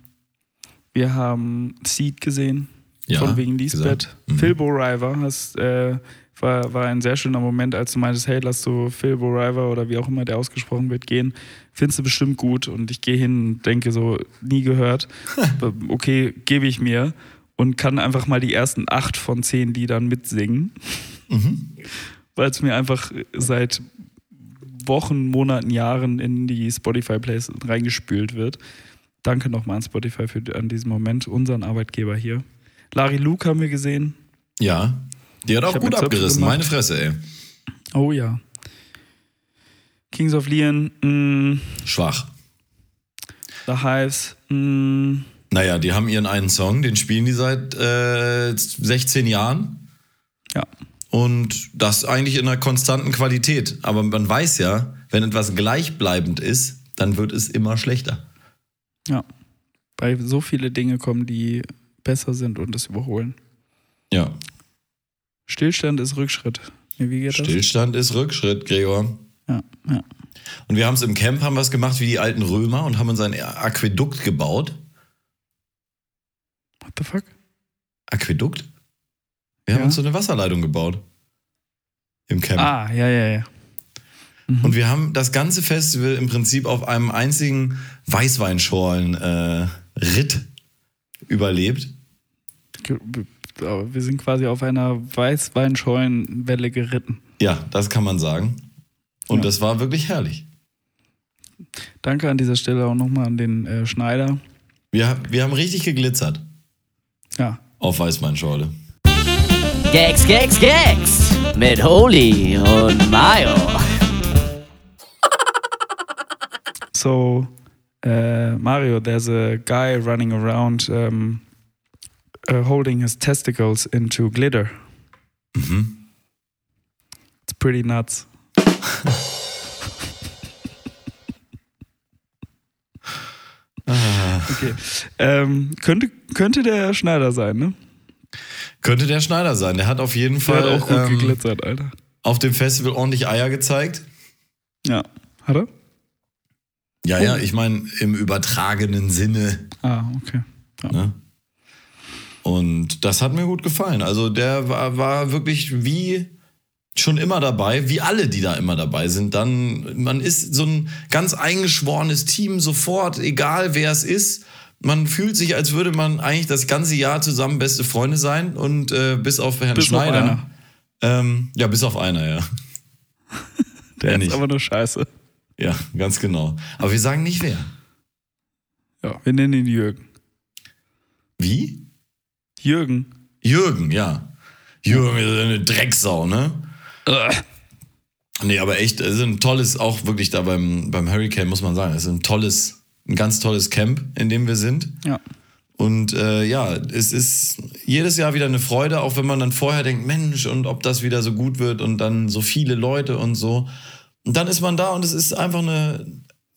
Speaker 3: wir haben Seed gesehen,
Speaker 2: Ja,
Speaker 3: von wegen Lisbeth.
Speaker 2: gesagt. Mhm.
Speaker 3: Philbo River hast, äh, war, war ein sehr schöner Moment, als du meintest, hey, lass du Philbo River oder wie auch immer der ausgesprochen wird gehen. Findest du bestimmt gut. Und ich gehe hin und denke so,
Speaker 2: *laughs*
Speaker 3: nie gehört. Aber okay, gebe ich mir. Und kann einfach mal die ersten acht von zehn Liedern mitsingen.
Speaker 2: Mhm.
Speaker 3: *laughs* Weil es mir einfach seit Wochen, Monaten, Jahren in die Spotify-Plays reingespült wird. Danke nochmal an Spotify für an diesen Moment, unseren Arbeitgeber hier. Larry Luke haben wir gesehen.
Speaker 2: Ja. Die hat auch
Speaker 3: hab
Speaker 2: gut
Speaker 3: mir Zöpfe
Speaker 2: abgerissen.
Speaker 3: gemacht.
Speaker 2: Meine Fresse, ey.
Speaker 3: Oh ja. Kings of Leon, mm,
Speaker 2: Schwach.
Speaker 3: The Hives, mm,
Speaker 2: Naja, die haben ihren einen Song, den spielen die seit äh, 16 Jahren.
Speaker 3: ja.
Speaker 2: Und das eigentlich in einer konstanten Qualität. Aber man weiß ja, wenn etwas gleichbleibend ist, dann wird es immer schlechter.
Speaker 3: Ja. Weil so viele Dinge kommen, die besser sind und das überholen.
Speaker 2: Ja.
Speaker 3: Stillstand ist Rückschritt. Nee, Wie geht
Speaker 2: Stillstand ist Rückschritt, Gregor.
Speaker 3: das? Ja, ja.
Speaker 2: Und wir haben es im Camp, haben was gemacht wie die alten Römer und haben uns ein Aquädukt gebaut.
Speaker 3: What the fuck?
Speaker 2: Aquädukt? Wir haben
Speaker 3: Ja.
Speaker 2: uns so eine Wasserleitung gebaut. Im Camp.
Speaker 3: Ah, ja, ja, ja.
Speaker 2: Und wir haben das ganze Festival im Prinzip auf einem einzigen Weißweinschorlen-Ritt überlebt.
Speaker 3: Ge- b- aber Wir sind quasi auf einer Weißweinscheunenwelle geritten.
Speaker 2: Ja, das kann man sagen. Und
Speaker 3: Ja.
Speaker 2: das war wirklich herrlich.
Speaker 3: Danke an dieser Stelle auch nochmal an den äh, Schneider.
Speaker 2: Wir, ha- wir haben richtig geglitzert
Speaker 3: Ja,
Speaker 2: auf Weißweinschorle.
Speaker 8: Gags, Gags, Gags mit Holy und Mayo.
Speaker 3: So, uh, Mario, there's a guy running around um, uh, holding his testicles into glitter.
Speaker 2: Mhm.
Speaker 3: It's pretty nuts.
Speaker 2: Ah.
Speaker 3: okay. Ähm, könnte, könnte der Schneider sein, ne?
Speaker 2: Könnte der Schneider sein. Der hat auf jeden
Speaker 3: Der
Speaker 2: Fall
Speaker 3: hat auch gut
Speaker 2: ähm,
Speaker 3: geglitzert, Alter.
Speaker 2: auf dem Festival ordentlich Eier gezeigt.
Speaker 3: Ja. Hat er?
Speaker 2: Ja,
Speaker 3: Oh.
Speaker 2: ja, ich meine im übertragenen Sinne.
Speaker 3: Ah, okay. Ja.
Speaker 2: Ne? Und das hat mir gut gefallen. Also der war, war wirklich wie schon immer dabei, wie alle, die da immer dabei sind. Dann, man ist so ein ganz eingeschworenes Team sofort, egal wer es ist. Man fühlt sich, als würde man eigentlich das ganze Jahr zusammen beste Freunde sein und äh, bis auf Herrn
Speaker 3: Bis auf
Speaker 2: Schneider.
Speaker 3: einer.
Speaker 2: ähm, ja, bis auf einer,
Speaker 3: *laughs*
Speaker 2: ja.
Speaker 3: Der
Speaker 2: Ja,
Speaker 3: ist
Speaker 2: nicht.
Speaker 3: aber nur scheiße.
Speaker 2: Ja, ganz genau. Aber wir sagen nicht wer.
Speaker 3: Ja, wir nennen ihn Jürgen.
Speaker 2: Wie?
Speaker 3: Jürgen.
Speaker 2: Jürgen, ja. Jürgen ist eine Drecksau, ne? Nee, aber echt, es ist ein tolles, auch wirklich da beim, beim Hurricane, muss man sagen, es ist ein tolles, ein ganz tolles Camp, in dem wir sind.
Speaker 3: Ja.
Speaker 2: Und äh, ja, es ist jedes Jahr wieder eine Freude, auch wenn man dann vorher denkt, Mensch, und ob das wieder so gut wird und dann so viele Leute und so. Und dann ist man da und es ist einfach eine,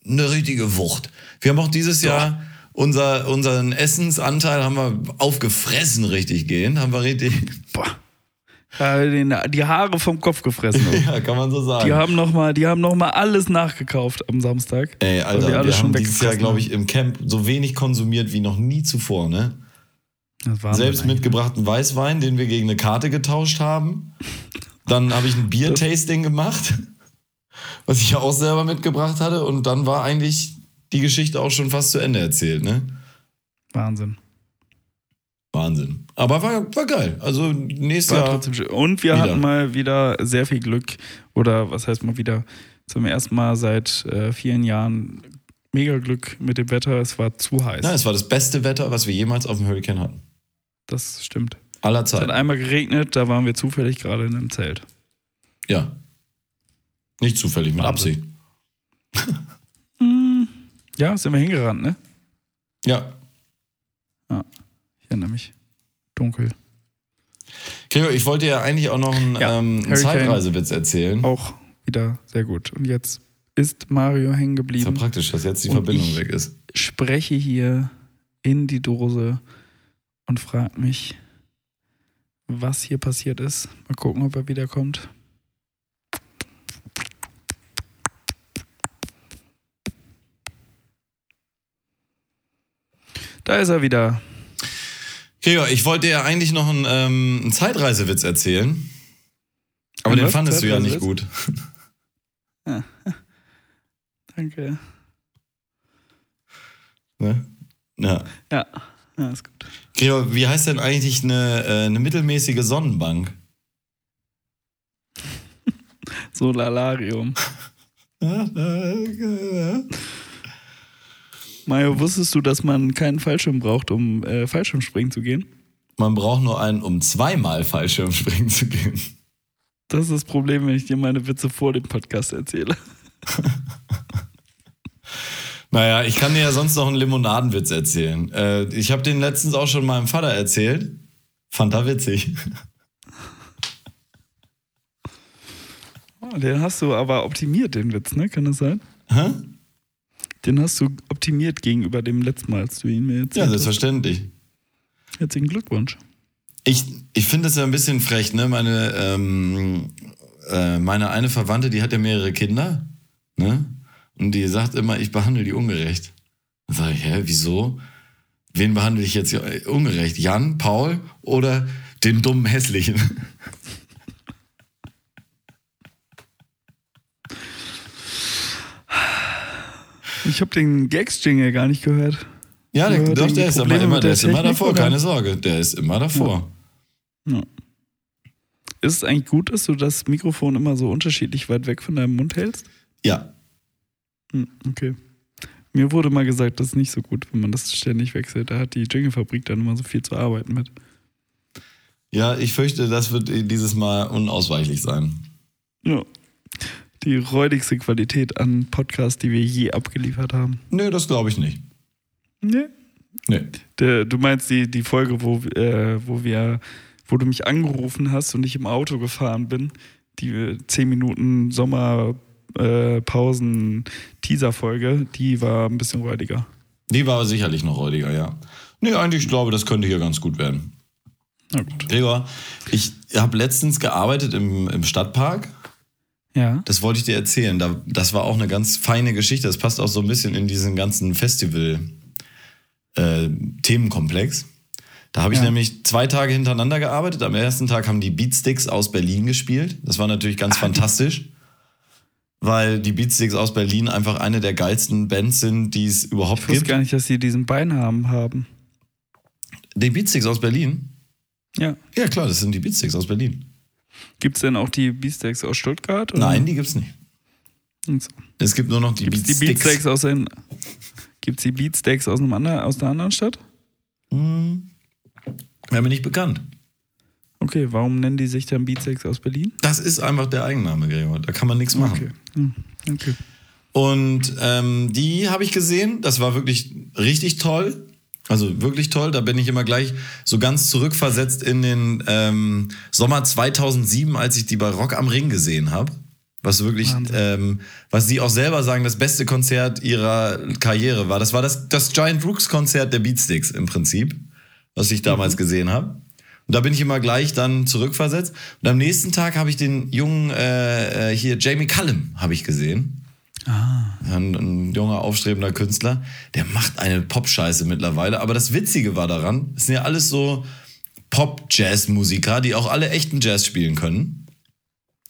Speaker 2: eine richtige Wucht. Wir haben auch dieses Jahr unser, unseren Essensanteil haben wir aufgefressen richtig gehen, haben wir richtig, *laughs*
Speaker 3: Boah. Äh, den, die Haare vom Kopf gefressen.
Speaker 2: *laughs* ja, kann man so sagen.
Speaker 3: Die haben nochmal noch mal alles nachgekauft am Samstag.
Speaker 2: Ey,
Speaker 3: Weil
Speaker 2: Alter, wir,
Speaker 3: alle
Speaker 2: haben dieses Jahr,
Speaker 3: weggefressen
Speaker 2: glaube ich, im Camp so wenig konsumiert wie noch nie zuvor, ne?
Speaker 3: haben. Das war
Speaker 2: selbst mitgebrachten Weißwein, den wir gegen eine Karte getauscht haben. Dann habe ich ein Biertasting gemacht, *laughs* was ich ja auch selber mitgebracht hatte. Und dann war eigentlich die Geschichte auch schon fast zu Ende erzählt, ne?
Speaker 3: Wahnsinn.
Speaker 2: Wahnsinn. Aber war, war geil. Also nächstes
Speaker 3: War
Speaker 2: Jahr.
Speaker 3: trotzdem schön. Und wir
Speaker 2: Wieder.
Speaker 3: hatten mal wieder sehr viel Glück. Oder was heißt mal wieder? Zum ersten Mal seit äh, vielen Jahren mega Glück mit dem Wetter. Es war zu heiß.
Speaker 2: Ja, es war das beste Wetter, was wir jemals auf dem Hurricane hatten.
Speaker 3: Das stimmt.
Speaker 2: Aller
Speaker 3: Es hat
Speaker 2: Zeiten.
Speaker 3: einmal geregnet, da waren wir zufällig gerade in einem Zelt.
Speaker 2: Ja. Nicht zufällig mit
Speaker 3: Wahnsinn.
Speaker 2: Absicht.
Speaker 3: Ja, sind wir hingerannt, ne?
Speaker 2: Ja.
Speaker 3: Ich erinnere mich. Dunkel.
Speaker 2: Gregor, ich wollte ja eigentlich auch noch einen,
Speaker 3: Ja,
Speaker 2: ähm, einen
Speaker 3: Hurricane. Oh,
Speaker 2: Zeitreisewitz erzählen.
Speaker 3: Auch wieder sehr gut. Und jetzt ist Mario hängen
Speaker 2: Ist ja
Speaker 3: geblieben.
Speaker 2: praktisch, dass jetzt die
Speaker 3: Und
Speaker 2: Verbindung
Speaker 3: ich-
Speaker 2: weg ist.
Speaker 3: spreche hier in die Dose und frage mich, was hier passiert ist. Mal gucken, ob er wiederkommt. Da ist er wieder.
Speaker 2: Gregor, ich wollte dir eigentlich noch einen, ähm, einen Zeitreisewitz erzählen. Aber
Speaker 3: Ein
Speaker 2: den
Speaker 3: was?
Speaker 2: fandest du ja nicht
Speaker 3: Zeitreisewitz?
Speaker 2: gut.
Speaker 3: Danke.
Speaker 2: Ne? Ja.
Speaker 3: Ja, ja ist gut.
Speaker 2: Gregor, wie heißt denn eigentlich eine, äh, eine mittelmäßige Sonnenbank?
Speaker 3: Solarium.
Speaker 2: Ja,
Speaker 3: Mario, wusstest du, dass man keinen Fallschirm braucht, um äh, Fallschirmspringen zu gehen?
Speaker 2: Man braucht nur einen, um zweimal Fallschirm springen zu gehen.
Speaker 3: Das ist das Problem, wenn ich dir meine Witze vor dem Podcast erzähle.
Speaker 2: Naja, ich kann dir ja sonst noch einen Limonadenwitz erzählen. Äh, ich habe den letztens auch schon meinem Vater erzählt. Fand er witzig.
Speaker 3: Oh, Den hast du aber optimiert, den Witz, ne? Kann das sein?
Speaker 2: Hä?
Speaker 3: Den hast du optimiert gegenüber dem letzten Mal, als du ihn mir
Speaker 2: Ja,
Speaker 3: erzählt hast.
Speaker 2: selbstverständlich.
Speaker 3: Herzlichen Glückwunsch.
Speaker 2: Ich, ich finde es ja ein bisschen frech, ne? Meine, ähm, äh, meine eine Verwandte, die hat ja mehrere Kinder, ne? Und die sagt immer, ich behandle die ungerecht. Dann sage ich, hä, wieso? Wen behandle ich jetzt hier äh, ungerecht? Jan, Paul oder den dummen Hässlichen?
Speaker 3: Ich habe den Gags-Jingle gar nicht gehört.
Speaker 2: Ja, der,
Speaker 3: Ja,
Speaker 2: *laughs* doch,
Speaker 3: die
Speaker 2: der ist aber
Speaker 3: Probleme
Speaker 2: immer,
Speaker 3: mit
Speaker 2: der
Speaker 3: der
Speaker 2: ist immer
Speaker 3: Technik,
Speaker 2: davor,
Speaker 3: oder?
Speaker 2: keine Sorge. Der ist immer davor.
Speaker 3: Ist es eigentlich gut, dass du das Mikrofon immer so unterschiedlich weit weg von deinem Mund hältst?
Speaker 2: Ja.
Speaker 3: Hm, okay. Mir wurde mal gesagt, das ist nicht so gut, wenn man das ständig wechselt. Da hat die Jingle-Fabrik dann immer so viel zu arbeiten mit.
Speaker 2: ja. ich fürchte, das wird dieses Mal unausweichlich sein.
Speaker 3: Ja. Die räudigste Qualität an Podcasts, die wir je abgeliefert haben.
Speaker 2: Nö, das glaube ich nicht.
Speaker 3: Nee.
Speaker 2: Nee.
Speaker 3: Der, du meinst die, die Folge, wo, äh, wo wir, wo du mich angerufen hast und ich im Auto gefahren bin, die 10 Minuten Sommerpausen-Teaser-Folge, die war ein bisschen räudiger.
Speaker 2: Die war sicherlich noch räudiger, ja. Nee, eigentlich, ich glaube, das könnte hier ganz gut werden.
Speaker 3: Na gut.
Speaker 2: Gregor, ich habe letztens gearbeitet im, im Stadtpark
Speaker 3: Ja.
Speaker 2: Das wollte ich dir erzählen. Da, das war auch eine ganz feine Geschichte. Das passt auch so ein bisschen in diesen ganzen Festival-Themenkomplex. da habe ich
Speaker 3: Ja.
Speaker 2: nämlich zwei Tage hintereinander gearbeitet. Am ersten Tag haben die Beatsticks aus Berlin gespielt. Das war natürlich ganz
Speaker 3: Ah.
Speaker 2: fantastisch, weil die Beatsticks aus Berlin einfach eine der geilsten Bands sind, die es überhaupt
Speaker 3: Ich wusste
Speaker 2: gibt.
Speaker 3: gar nicht, dass die diesen Beinarm haben.
Speaker 2: Die Beatsticks aus Berlin?
Speaker 3: Ja.
Speaker 2: Ja, klar, das sind die Beatsticks aus Berlin.
Speaker 3: Gibt es denn auch die Beatsteaks aus Stuttgart? oder?
Speaker 2: Nein, die gibt's nicht.
Speaker 3: Und so.
Speaker 2: Es gibt nur noch die
Speaker 3: Gibt's die
Speaker 2: Beatsteaks.
Speaker 3: Beatsteaks aus den. Gibt's die Beatsteaks aus einem anderen, aus einer anderen Stadt?
Speaker 2: Wäre Hm. mir nicht bekannt.
Speaker 3: Okay, warum nennen die sich dann Beatsteaks aus Berlin?
Speaker 2: Das ist einfach der Eigenname, Gregor. Da kann man nichts machen.
Speaker 3: Okay. Hm, okay.
Speaker 2: Und ähm, die habe ich gesehen. Das war wirklich richtig toll. Also wirklich toll. Da bin ich immer gleich so ganz zurückversetzt in den ähm, Sommer 2007, als ich die bei Rock am Ring gesehen habe. Was wirklich, ähm, was sie auch selber sagen, das beste Konzert ihrer Karriere war. Das war das, das Giant Rooks Konzert der Beatsticks im Prinzip, was ich damals gesehen habe. Und da bin ich immer gleich dann zurückversetzt. Und am nächsten Tag habe ich den jungen äh, äh, hier Jamie Cullum habe ich gesehen ein, ein junger, aufstrebender Künstler, der macht eine Pop-Scheiße mittlerweile. Aber das Witzige war daran, es sind ja alles so Pop-Jazz-Musiker, die auch alle echten Jazz spielen können.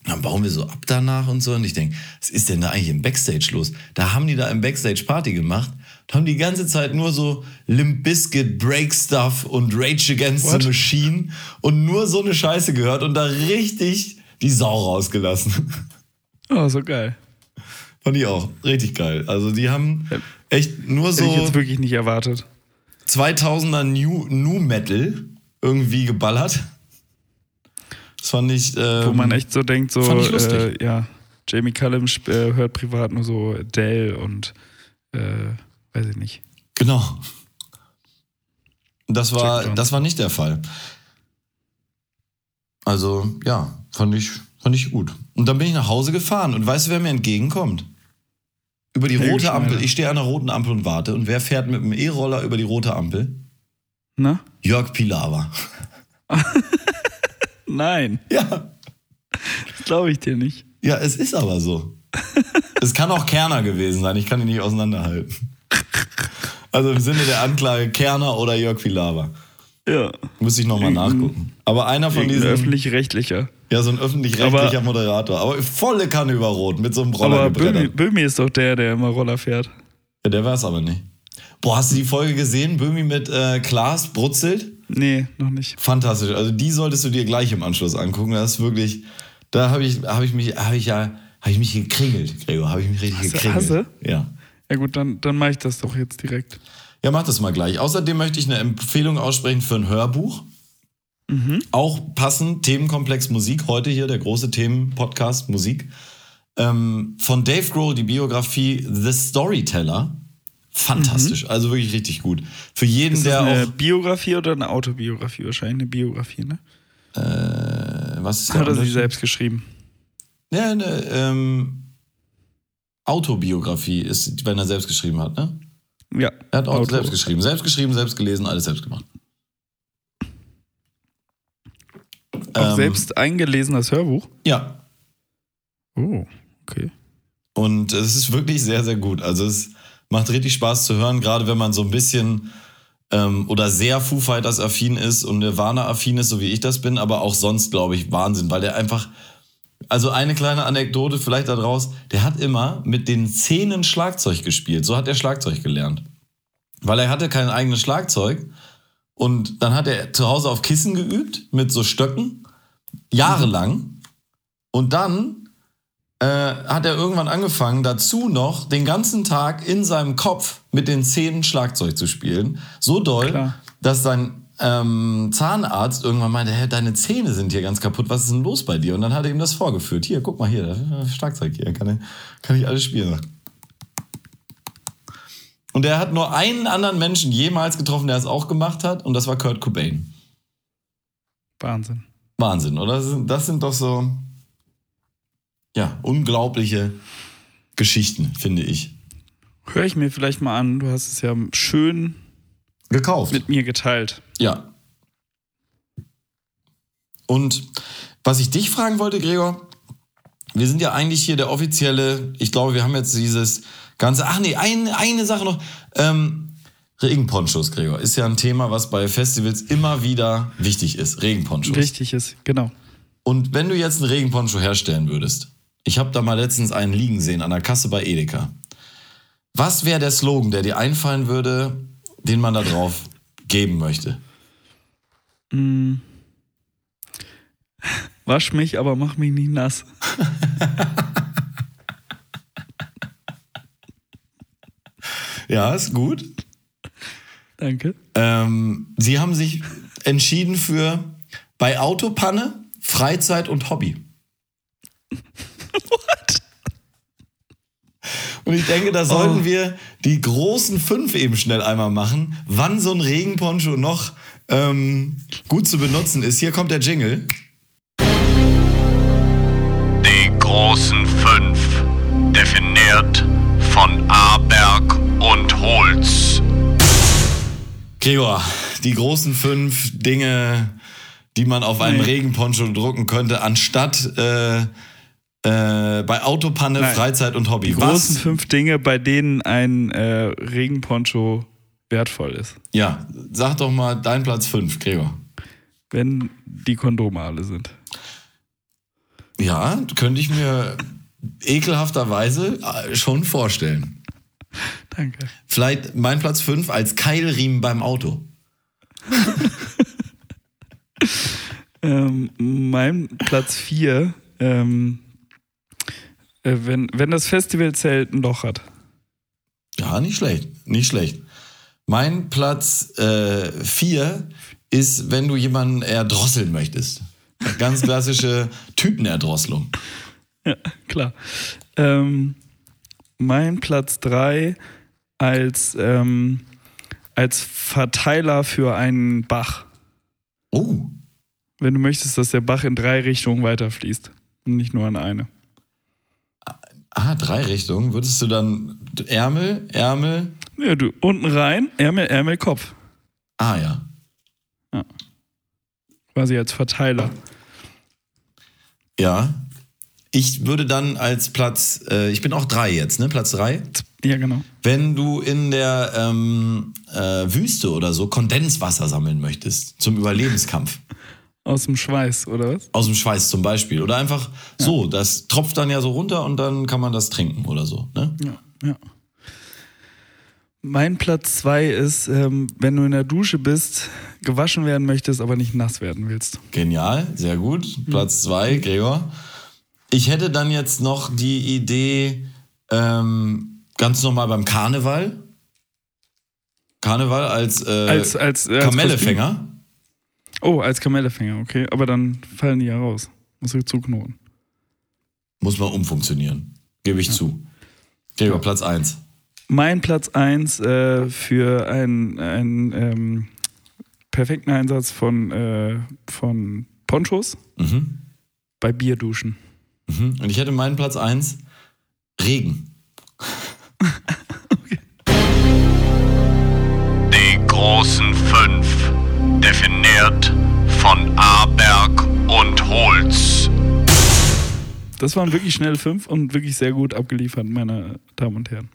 Speaker 2: Dann bauen wir so ab danach und so. Und ich denke, was ist denn da eigentlich im Backstage los? Da haben die da im Backstage Party gemacht und haben die ganze Zeit nur so Limp Bizkit, Break Stuff und Rage Against the Machine und nur so eine Scheiße gehört und da richtig die Sau rausgelassen.
Speaker 3: Oh, so geil.
Speaker 2: Fand ich auch. Richtig geil. Also die haben echt nur
Speaker 3: Hätte ich
Speaker 2: so
Speaker 3: jetzt wirklich nicht erwartet.
Speaker 2: 2000er New, New Metal irgendwie geballert. Das fand ich... Ähm,
Speaker 3: Wo man echt so denkt, so,
Speaker 2: fand ich lustig.
Speaker 3: äh, ja, Jamie Cullum sp- äh, hört privat nur so Dell und, äh, weiß ich nicht.
Speaker 2: Genau. Das war,
Speaker 3: Checkdown.
Speaker 2: das war nicht der Fall. Also ja, fand ich, fand ich gut. Und dann bin ich nach Hause gefahren und weißt du, wer mir entgegenkommt? Über die
Speaker 3: Helge
Speaker 2: rote Ampel.
Speaker 3: Schneider.
Speaker 2: Ich stehe an der roten Ampel und warte. Und wer fährt mit dem E-Roller über die rote Ampel?
Speaker 3: Na?
Speaker 2: Jörg Pilawa. *laughs*
Speaker 3: Nein,
Speaker 2: Ja,
Speaker 3: das glaube ich dir nicht.
Speaker 2: Ja, es ist aber
Speaker 3: *laughs*
Speaker 2: so. es kann auch Kerner gewesen sein. Ich kann ihn nicht auseinanderhalten. Also im Sinne der Anklage Kerner oder Jörg Pilawa.
Speaker 3: Ja.
Speaker 2: Müsste ich
Speaker 3: Mhm.
Speaker 2: nochmal nachgucken. Aber einer von
Speaker 3: Irgendein
Speaker 2: diesen,
Speaker 3: öffentlich-rechtlicher.
Speaker 2: ja, so ein öffentlich-rechtlicher
Speaker 3: Aber-
Speaker 2: Moderator. Aber volle Kanne über Rot mit so einem Roller
Speaker 3: Aber
Speaker 2: gebrettert.
Speaker 3: Böhmi, Böhmi ist doch der, der immer Roller fährt.
Speaker 2: Ja, der war's aber nicht. Boah, hast du die Folge gesehen? Böhmi mit äh, Klaas brutzelt?
Speaker 3: Nee, noch nicht.
Speaker 2: Fantastisch. Also die solltest du dir gleich im Anschluss angucken. Das ist wirklich, da habe ich, habe ich mich, habe ich ja, habe ich mich gekringelt, Gregor. Habe ich mich richtig
Speaker 3: Hast du-
Speaker 2: gekringelt.
Speaker 3: hast
Speaker 2: Ja.
Speaker 3: Ja gut, dann, dann mache ich das doch jetzt direkt.
Speaker 2: Ja, mach das mal gleich. Außerdem möchte ich eine Empfehlung aussprechen für ein Hörbuch.
Speaker 3: Mhm.
Speaker 2: Auch passend, Themenkomplex Musik, heute hier der große Themenpodcast Musik. Ähm, von Dave Grohl, die Biografie The Storyteller. Fantastisch, also wirklich richtig gut. Für jeden,
Speaker 3: Mhm. Ist
Speaker 2: der
Speaker 3: das eine
Speaker 2: auch.
Speaker 3: Biografie oder eine Autobiografie? Wahrscheinlich eine Biografie, ne?
Speaker 2: Äh, was ist der
Speaker 3: Hat er sie
Speaker 2: Unterschied?
Speaker 3: selbst geschrieben.
Speaker 2: Ja, ne, ähm, Autobiografie ist, wenn er selbst geschrieben hat, ne?
Speaker 3: Ja.
Speaker 2: Er hat auch
Speaker 3: Auto-
Speaker 2: selbst geschrieben. Selbst geschrieben, selbst gelesen, alles selbst gemacht.
Speaker 3: Auch
Speaker 2: Ähm,
Speaker 3: selbst eingelesenes Hörbuch.
Speaker 2: Ja,
Speaker 3: Oh, okay.
Speaker 2: Und es ist wirklich sehr, sehr gut. Also es macht richtig Spaß zu hören, gerade wenn man so ein bisschen ähm, oder sehr Foo Fighters affin ist und Nirvana-affin ist, so wie ich das bin, aber auch sonst, glaube ich, Wahnsinn, weil der einfach, also eine kleine Anekdote vielleicht da draus, der hat immer mit den Zähnen Schlagzeug gespielt. So hat er Schlagzeug gelernt. Weil er hatte kein eigenes Schlagzeug und dann hat er zu Hause auf Kissen geübt mit so Stöcken, jahrelang. Und dann äh, hat er irgendwann angefangen, dazu noch den ganzen Tag in seinem Kopf mit den Zähnen Schlagzeug zu spielen. So doll,
Speaker 3: Klar.
Speaker 2: dass sein ähm, Zahnarzt irgendwann meinte, Hä, deine Zähne sind hier ganz kaputt, was ist denn los bei dir? Und dann hat er ihm das vorgeführt. Hier, guck mal hier, da ist Schlagzeug hier, kann, ich- kann ich alles spielen. Und er hat nur einen anderen Menschen jemals getroffen, der es auch gemacht hat, und das war Kurt Cobain.
Speaker 3: Wahnsinn.
Speaker 2: Wahnsinn, oder? Das sind, das sind doch so, ja, unglaubliche Geschichten, finde ich.
Speaker 3: Hör ich mir vielleicht mal an. Du hast es ja schön
Speaker 2: Gekauft.
Speaker 3: mit mir geteilt.
Speaker 2: ja. Und was ich dich fragen wollte, Gregor, wir sind ja eigentlich hier der offizielle, ich glaube, wir haben jetzt dieses ganze, ach nee, ein, eine Sache noch. Ähm, Regenponchos, Gregor, ist ja ein Thema, was bei Festivals immer wieder wichtig ist. Regenponchos.
Speaker 3: Richtig ist, genau.
Speaker 2: Und wenn du jetzt einen Regenponcho herstellen würdest, ich habe da mal letztens einen liegen sehen an der Kasse bei Edeka. Was wäre der Slogan, der dir einfallen würde, den man da drauf geben möchte?
Speaker 3: Wasch mich, aber mach mich nicht nass.
Speaker 2: Ja, ist gut.
Speaker 3: Danke.
Speaker 2: Ähm, sie haben sich entschieden für bei Autopanne, Freizeit und Hobby.
Speaker 3: What?
Speaker 2: Und ich denke, da
Speaker 3: Oh.
Speaker 2: sollten wir die großen fünf eben schnell einmal machen, wann so ein Regenponcho noch ähm, gut zu benutzen ist. Hier kommt der Jingle.
Speaker 9: Die großen fünf, definiert von Aberg und Holz.
Speaker 2: Gregor, die großen fünf Dinge, die man auf einem Regenponcho drucken könnte, anstatt äh, äh, bei Autopanne,
Speaker 3: Nein.
Speaker 2: Freizeit und Hobby.
Speaker 3: Großen
Speaker 2: Was?
Speaker 3: fünf Dinge, bei denen ein äh, Regenponcho wertvoll ist.
Speaker 2: Ja, sag doch mal dein Platz fünf, Gregor.
Speaker 3: Wenn die Kondome alle sind.
Speaker 2: Ja, könnte ich mir ekelhafterweise äh, schon vorstellen.
Speaker 3: Danke.
Speaker 2: Vielleicht mein Platz 5 als Keilriemen beim Auto.
Speaker 3: Ähm, mein Platz 4, ähm, äh, wenn, wenn das Festivalzelt ein Loch hat.
Speaker 2: Ja, nicht schlecht, nicht schlecht. Mein Platz 4 ist, wenn du jemanden erdrosseln möchtest. Ganz *laughs* klassische Typenerdrosselung.
Speaker 3: Ja, klar. Ähm, mein Platz 3 als, ähm, als Verteiler für einen Bach.
Speaker 2: Oh,
Speaker 3: Wenn du möchtest, dass der Bach in drei Richtungen weiterfließt. Und nicht nur in eine.
Speaker 2: ah, drei Richtungen. Würdest du dann Ärmel, Ärmel,
Speaker 3: Ja, du, unten rein, Ärmel, Ärmel, Kopf.
Speaker 2: ah ja.
Speaker 3: Quasi als Verteiler.
Speaker 2: Ja. Ich würde dann als Platz, äh, ich bin auch drei jetzt, ne? Platz drei.
Speaker 3: Ja, genau.
Speaker 2: Wenn du in der ähm, äh, Wüste oder so Kondenswasser sammeln möchtest zum Überlebenskampf.
Speaker 3: Aus dem Schweiß, oder was?
Speaker 2: Aus dem Schweiß zum Beispiel. Oder einfach so, das tropft dann ja so runter und dann kann man das trinken oder so. Ne?
Speaker 3: Ja, ja. Mein Platz zwei ist, ähm, wenn du in der Dusche bist, gewaschen werden möchtest, aber nicht nass werden willst.
Speaker 2: Genial, sehr gut.
Speaker 3: Mhm.
Speaker 2: Platz zwei, Gregor. Ich hätte dann jetzt noch die Idee, ähm, ganz normal beim Karneval. Karneval als, äh,
Speaker 3: Als- als- als
Speaker 2: Kamellefänger.
Speaker 3: Oh, als Kamellefänger, okay. Aber dann fallen die ja raus. Muss ich zuknoten.
Speaker 2: Muss man umfunktionieren. Gebe ich zu. Gregor, Platz eins.
Speaker 3: Mein Platz eins äh, für einen, einen ähm, perfekten Einsatz von, äh, von Ponchos
Speaker 2: Mhm.
Speaker 3: bei Bierduschen.
Speaker 2: Mhm. Und ich hätte meinen Platz 1 Regen.
Speaker 9: Die großen fünf, definiert von Aberg und Holz.
Speaker 3: Das waren wirklich schnelle fünf und wirklich sehr gut abgeliefert, meine Damen und Herren.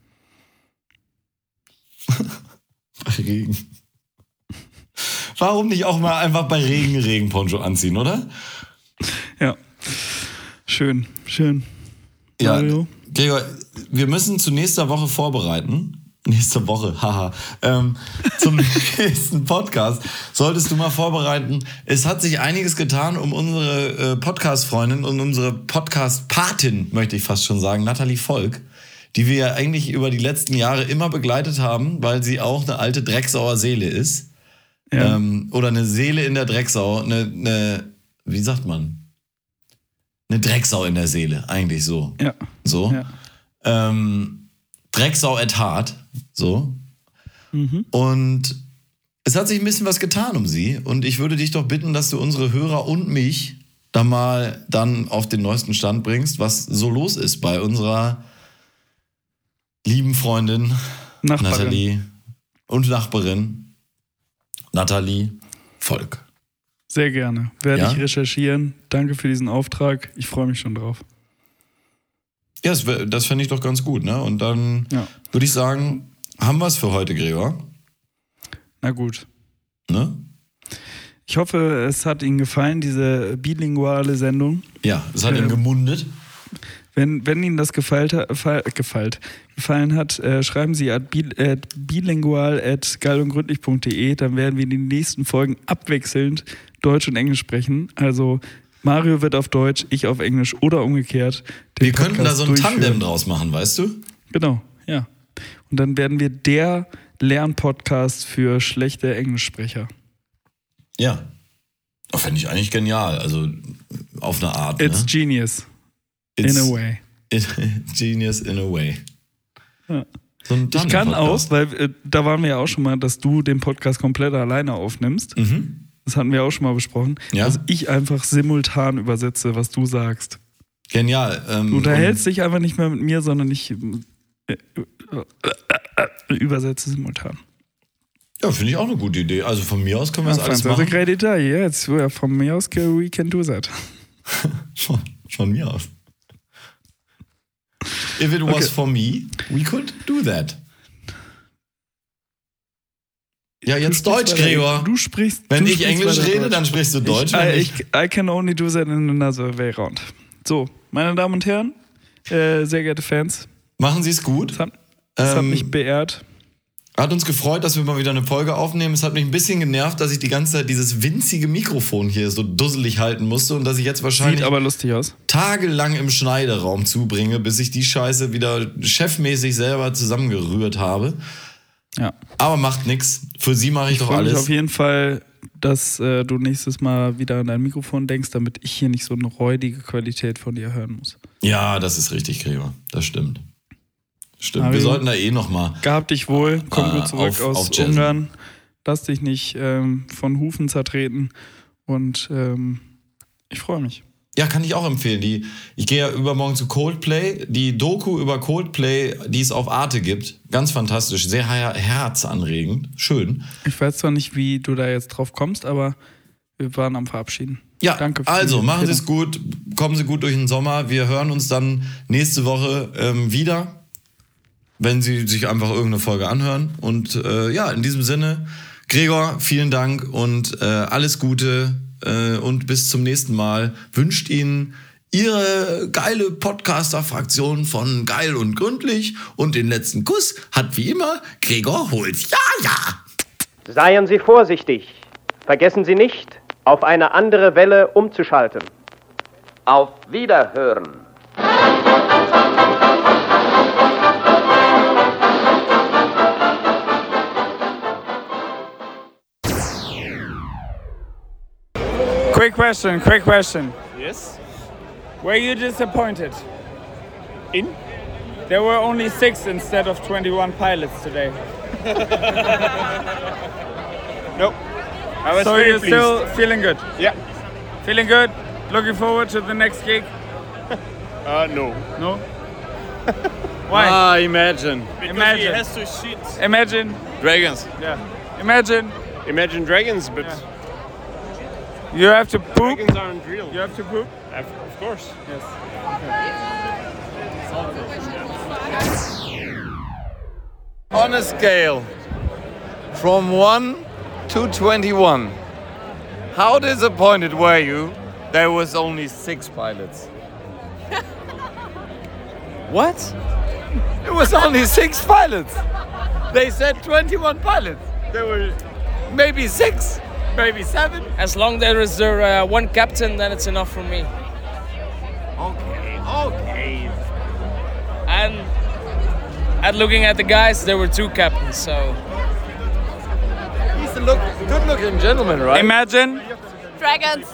Speaker 2: Bei Regen. Warum nicht auch mal einfach bei Regen Regenponcho anziehen, oder?
Speaker 3: Ja. Schön, schön. Mario?
Speaker 2: Gregor, wir müssen zu nächster Woche vorbereiten. *laughs* Nächste Woche, haha. Ähm, zum *laughs* nächsten Podcast solltest du mal vorbereiten. Es hat sich einiges getan um unsere äh, Podcast-Freundin und unsere Podcast-Patin, möchte ich fast schon sagen, Nathalie Volk, die wir ja eigentlich über die letzten Jahre immer begleitet haben, weil sie auch eine alte Drecksauer Seele ist.
Speaker 3: Ja.
Speaker 2: Ähm, oder eine Seele in der Drecksau. Eine, eine, wie sagt man? Eine Drecksau in der Seele, eigentlich so.
Speaker 3: Ja.
Speaker 2: So.
Speaker 3: Ja.
Speaker 2: Ähm, Drecksau at heart. So.
Speaker 3: Mhm.
Speaker 2: Und es hat sich ein bisschen was getan um sie. Und ich würde dich doch bitten, dass du unsere Hörer und mich da mal dann auf den neuesten Stand bringst, was so los ist bei unserer lieben Freundin
Speaker 3: Nachbarin.
Speaker 2: Nathalie und Nachbarin Nathalie Volk.
Speaker 3: Sehr gerne. Werde
Speaker 2: Ja?
Speaker 3: ich recherchieren. Danke für diesen Auftrag. Ich freue mich schon drauf.
Speaker 2: Ja, das, wär- das fände ich doch ganz gut, ne? Und dann
Speaker 3: Ja.
Speaker 2: würde ich sagen, haben wir es für heute, Gregor.
Speaker 3: Na gut.
Speaker 2: Ne?
Speaker 3: Ich hoffe, es hat Ihnen gefallen, diese bilinguale Sendung.
Speaker 2: Ja, es hat ihm gemundet.
Speaker 3: Wenn, wenn Ihnen das gefallen, fall, gefallen, gefallen hat, äh, schreiben Sie at, bi, at bilingual at geil und gründlich.de. Dann werden wir in den nächsten Folgen abwechselnd Deutsch und Englisch sprechen. Also Mario wird auf Deutsch, ich auf Englisch oder umgekehrt. den
Speaker 2: Wir könnten da
Speaker 3: Podcast
Speaker 2: so ein Tandem
Speaker 3: durchführen.
Speaker 2: draus machen, weißt du?
Speaker 3: Genau, ja. Und dann werden wir der Lernpodcast für schlechte Englischsprecher.
Speaker 2: Ja. Oh, Fände ich eigentlich genial. Also auf eine Art.
Speaker 3: It's
Speaker 2: ne?
Speaker 3: genius, in
Speaker 2: *laughs*
Speaker 3: a way.
Speaker 2: Genius in a way.
Speaker 3: Ja.
Speaker 2: So ein
Speaker 3: Ich kann auch,
Speaker 2: Tandem-Podcast.
Speaker 3: weil äh, da waren wir ja auch schon mal, dass du den Podcast komplett alleine aufnimmst.
Speaker 2: Mhm.
Speaker 3: Das hatten wir auch schon mal besprochen.
Speaker 2: Ja.
Speaker 3: Dass ich einfach simultan übersetze, was du sagst.
Speaker 2: Genial. Ähm,
Speaker 3: Du unterhältst dich einfach nicht mehr mit mir, sondern ich äh, äh, übersetze simultan.
Speaker 2: und- Ja, finde ich auch eine gute Idee. Also von mir aus können wir das alles
Speaker 3: Franz, also that's a
Speaker 2: machen.
Speaker 3: great idea. Yes, we are from Meowska, we can do that.
Speaker 2: Von, von mir aus. If it was
Speaker 3: Okay.
Speaker 2: for me, we could do that. Ja, jetzt
Speaker 3: Du
Speaker 2: Deutsch,
Speaker 3: sprichst weiter.
Speaker 2: Gregor.
Speaker 3: Du sprichst.
Speaker 2: Wenn
Speaker 3: du
Speaker 2: ich
Speaker 3: sprichst
Speaker 2: Englisch
Speaker 3: weiter
Speaker 2: rede,
Speaker 3: Deutsch.
Speaker 2: dann sprichst du Deutsch.
Speaker 3: Ich, I,
Speaker 2: wenn ich,
Speaker 3: ich, I can only do that in another way round. So, meine Damen und Herren, äh, sehr geehrte Fans,
Speaker 2: machen Sie es gut.
Speaker 3: es hat, es hat
Speaker 2: Ähm,
Speaker 3: mich beehrt.
Speaker 2: Hat uns gefreut, dass wir mal wieder eine Folge aufnehmen. Es hat mich ein bisschen genervt, dass ich die ganze Zeit dieses winzige Mikrofon hier so dusselig halten musste und dass ich jetzt wahrscheinlich
Speaker 3: Sieht aber lustig aus.
Speaker 2: tagelang im Schneideraum zubringe, bis ich die Scheiße wieder chefmäßig selber zusammengerührt habe.
Speaker 3: Ja.
Speaker 2: Aber macht nichts. Für sie mache ich, doch
Speaker 3: freue mich auf
Speaker 2: alles.
Speaker 3: jeden Fall, dass äh, du nächstes Mal wieder an dein Mikrofon denkst, damit ich hier nicht so eine räudige Qualität von dir hören muss.
Speaker 2: Ja, das ist richtig, Gregor. Das stimmt. Stimmt.
Speaker 3: Aber
Speaker 2: wir
Speaker 3: ich-
Speaker 2: sollten da eh noch mal.
Speaker 3: Gab dich wohl, komm
Speaker 2: Ah,
Speaker 3: gut zurück
Speaker 2: auf-
Speaker 3: aus
Speaker 2: auf Jazzen.
Speaker 3: Ungarn, lass dich nicht ähm, von Hufen zertreten und ähm, ich freue mich.
Speaker 2: Ja, kann ich auch empfehlen. Die, ich gehe ja übermorgen zu Coldplay. Die Doku über Coldplay, die es auf Arte gibt, ganz fantastisch, sehr her- herzanregend, schön.
Speaker 3: Ich weiß zwar nicht, wie du da jetzt drauf kommst, aber wir waren am Verabschieden.
Speaker 2: Ja,
Speaker 3: Danke für
Speaker 2: also
Speaker 3: die
Speaker 2: machen Sie es
Speaker 3: Empfehlung.
Speaker 2: gut, kommen Sie gut durch den Sommer. Wir hören uns dann nächste Woche ähm, wieder, wenn Sie sich einfach irgendeine Folge anhören. Und äh, ja, in diesem Sinne, Gregor, vielen Dank und äh, alles Gute äh, und bis zum nächsten Mal. Wünscht Ihnen Ihre geile Podcaster-Fraktion von Geil und Gründlich und den letzten Kuss hat wie immer Gregor Holz. Ja, ja!
Speaker 10: Seien Sie vorsichtig. Vergessen Sie nicht, auf eine andere Welle umzuschalten. Auf Wiederhören.
Speaker 4: Quick question, quick question.
Speaker 5: Yes.
Speaker 4: Were you disappointed?
Speaker 5: In?
Speaker 4: There were only six instead of 21 pilots today.
Speaker 5: *laughs* Nope.
Speaker 4: I was so
Speaker 5: very
Speaker 4: you're still feeling good?
Speaker 5: Yeah.
Speaker 4: Feeling good? Looking forward to the next
Speaker 5: *laughs*
Speaker 4: gig?
Speaker 7: Uh, no.
Speaker 4: No? Why?
Speaker 5: Ah,
Speaker 10: imagine.
Speaker 4: imagine.
Speaker 5: to shoot
Speaker 4: imagine.
Speaker 5: dragons.
Speaker 4: Yeah. Imagine.
Speaker 10: Imagine Dragons, but
Speaker 4: You have to poop.
Speaker 10: aren't real.
Speaker 4: You have to poop.
Speaker 10: Of course.
Speaker 5: On a scale from 1 to 21, how disappointed were you there was only six pilots? what? It was only six pilots. They said 21 pilots. There were maybe six, maybe seven.
Speaker 6: As long there is there uh, one captain, then it's enough for me.
Speaker 5: Okay, okay.
Speaker 6: And at looking at the guys, there were two captains. So
Speaker 5: He's a look, good looking gentleman, right?
Speaker 4: Imagine.
Speaker 11: Dragons.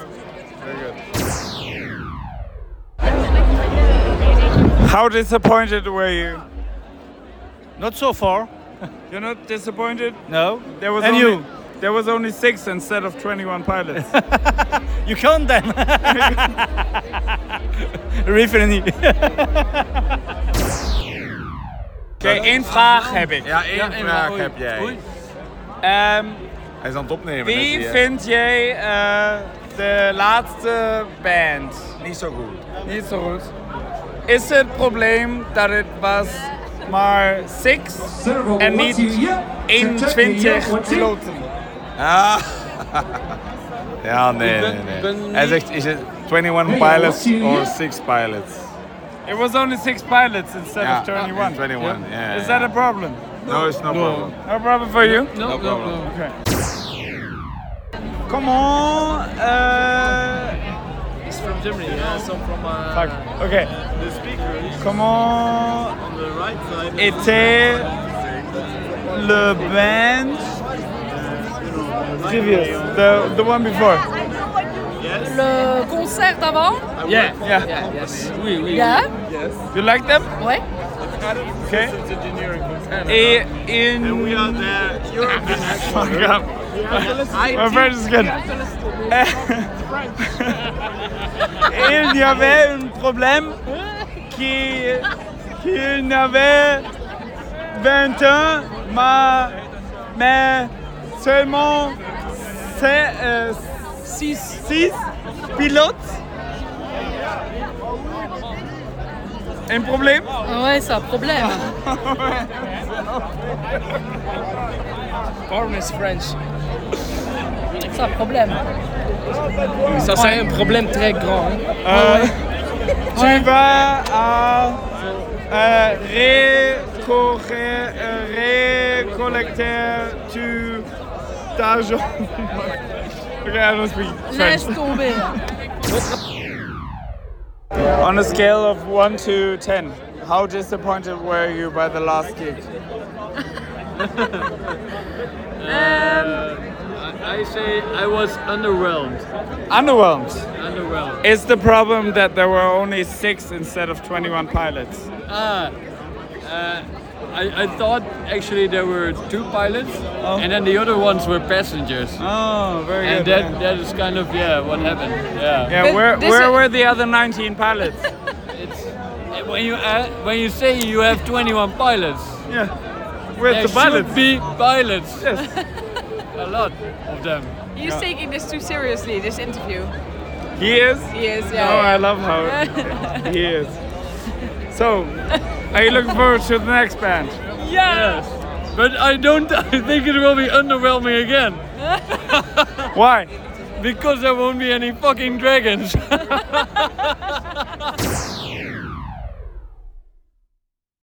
Speaker 4: How disappointed were you?
Speaker 10: Not so far.
Speaker 4: You're not disappointed?
Speaker 10: No.
Speaker 4: There was
Speaker 10: And
Speaker 4: only,
Speaker 10: you?
Speaker 4: There was only six instead of 21 pilots.
Speaker 10: *laughs* You count them. *laughs* Referee.
Speaker 4: *laughs* Oké, één vraag heb ik.
Speaker 5: Ja, één vraag heb jij.
Speaker 10: Um,
Speaker 4: Ehm,
Speaker 5: Hij is aan het opnemen.
Speaker 4: wie
Speaker 5: dus die, eh,
Speaker 4: vind jij eh, de laatste band?
Speaker 5: Niet zo goed.
Speaker 4: Niet zo goed.
Speaker 3: Is het probleem dat het was maar 6 en niet 21 piloten?
Speaker 12: Ah. *laughs* ja, nee, nee, nee. Hij zegt, is het 21 pilots or 6 pilots?
Speaker 3: It was only 6 pilots instead
Speaker 12: Yeah,
Speaker 3: of 21.
Speaker 12: 21, yeah,
Speaker 3: Is
Speaker 12: yeah.
Speaker 3: that a problem?
Speaker 12: No, it's no problem.
Speaker 3: No problem for you?
Speaker 12: No No problem. problem.
Speaker 3: Okay.
Speaker 4: Comment
Speaker 12: uh,
Speaker 6: He's from Germany, yeah, so from. Uh,
Speaker 4: Fuck, okay.
Speaker 6: The speaker.
Speaker 4: Comment
Speaker 6: On the right side.
Speaker 4: était le band previous, the, the one before?
Speaker 10: Le concert d'avant
Speaker 3: Yeah, yeah.
Speaker 6: yes. Oui, oui.
Speaker 10: Yeah.
Speaker 6: Yes.
Speaker 3: You like them?
Speaker 10: Ouais.
Speaker 3: Okay.
Speaker 6: Et
Speaker 3: in. And we are
Speaker 6: there.
Speaker 4: *laughs*
Speaker 3: Fuck up. My French is
Speaker 6: *laughs*
Speaker 3: good.
Speaker 4: Et il y avait un problème qui, qu'il n'avait 20 ans, mais, mais seulement 6 pilotes. Un problème
Speaker 10: Ouais, c'est un problème.
Speaker 6: Born is French.
Speaker 10: C'est un problème.
Speaker 6: Ça, c'est un problème très grand.
Speaker 4: Euh, Tu vas à um, euh, récorre- euh, récolter tu d'argent. okay, I don't speak *laughs*
Speaker 10: Laisse
Speaker 4: French.
Speaker 10: tomber.
Speaker 4: On a scale of 1 to 10, how disappointed were you by the last gig?
Speaker 6: Um,
Speaker 10: Euh,
Speaker 6: I say I was underwhelmed.
Speaker 4: Underwhelmed.
Speaker 6: Underwhelmed.
Speaker 4: It's the problem that there were only 6 instead of 21 pilots.
Speaker 6: Ah, uh, I, I thought actually there were two pilots, and then the other ones were passengers.
Speaker 4: Oh, very
Speaker 6: and
Speaker 4: good,
Speaker 6: that that is kind of yeah, what happened? Yeah.
Speaker 4: Yeah, where, where were the other 19 pilots?
Speaker 6: When you uh, when you say you have 21 pilots,
Speaker 4: *laughs* yeah, where's
Speaker 6: there
Speaker 4: the pilots?
Speaker 6: should be pilots.
Speaker 4: Yes.
Speaker 6: a lot of them.
Speaker 10: He's taking this too seriously, this interview.
Speaker 4: He is?
Speaker 10: He is,
Speaker 4: Oh, I
Speaker 10: yeah.
Speaker 4: love
Speaker 6: *laughs*
Speaker 4: how he is. So, are you looking forward to the next band?
Speaker 6: Yes. But
Speaker 4: *laughs*
Speaker 6: I don't. I think it will be underwhelming *laughs* again.
Speaker 4: Why?
Speaker 6: Because there won't be any fucking dragons.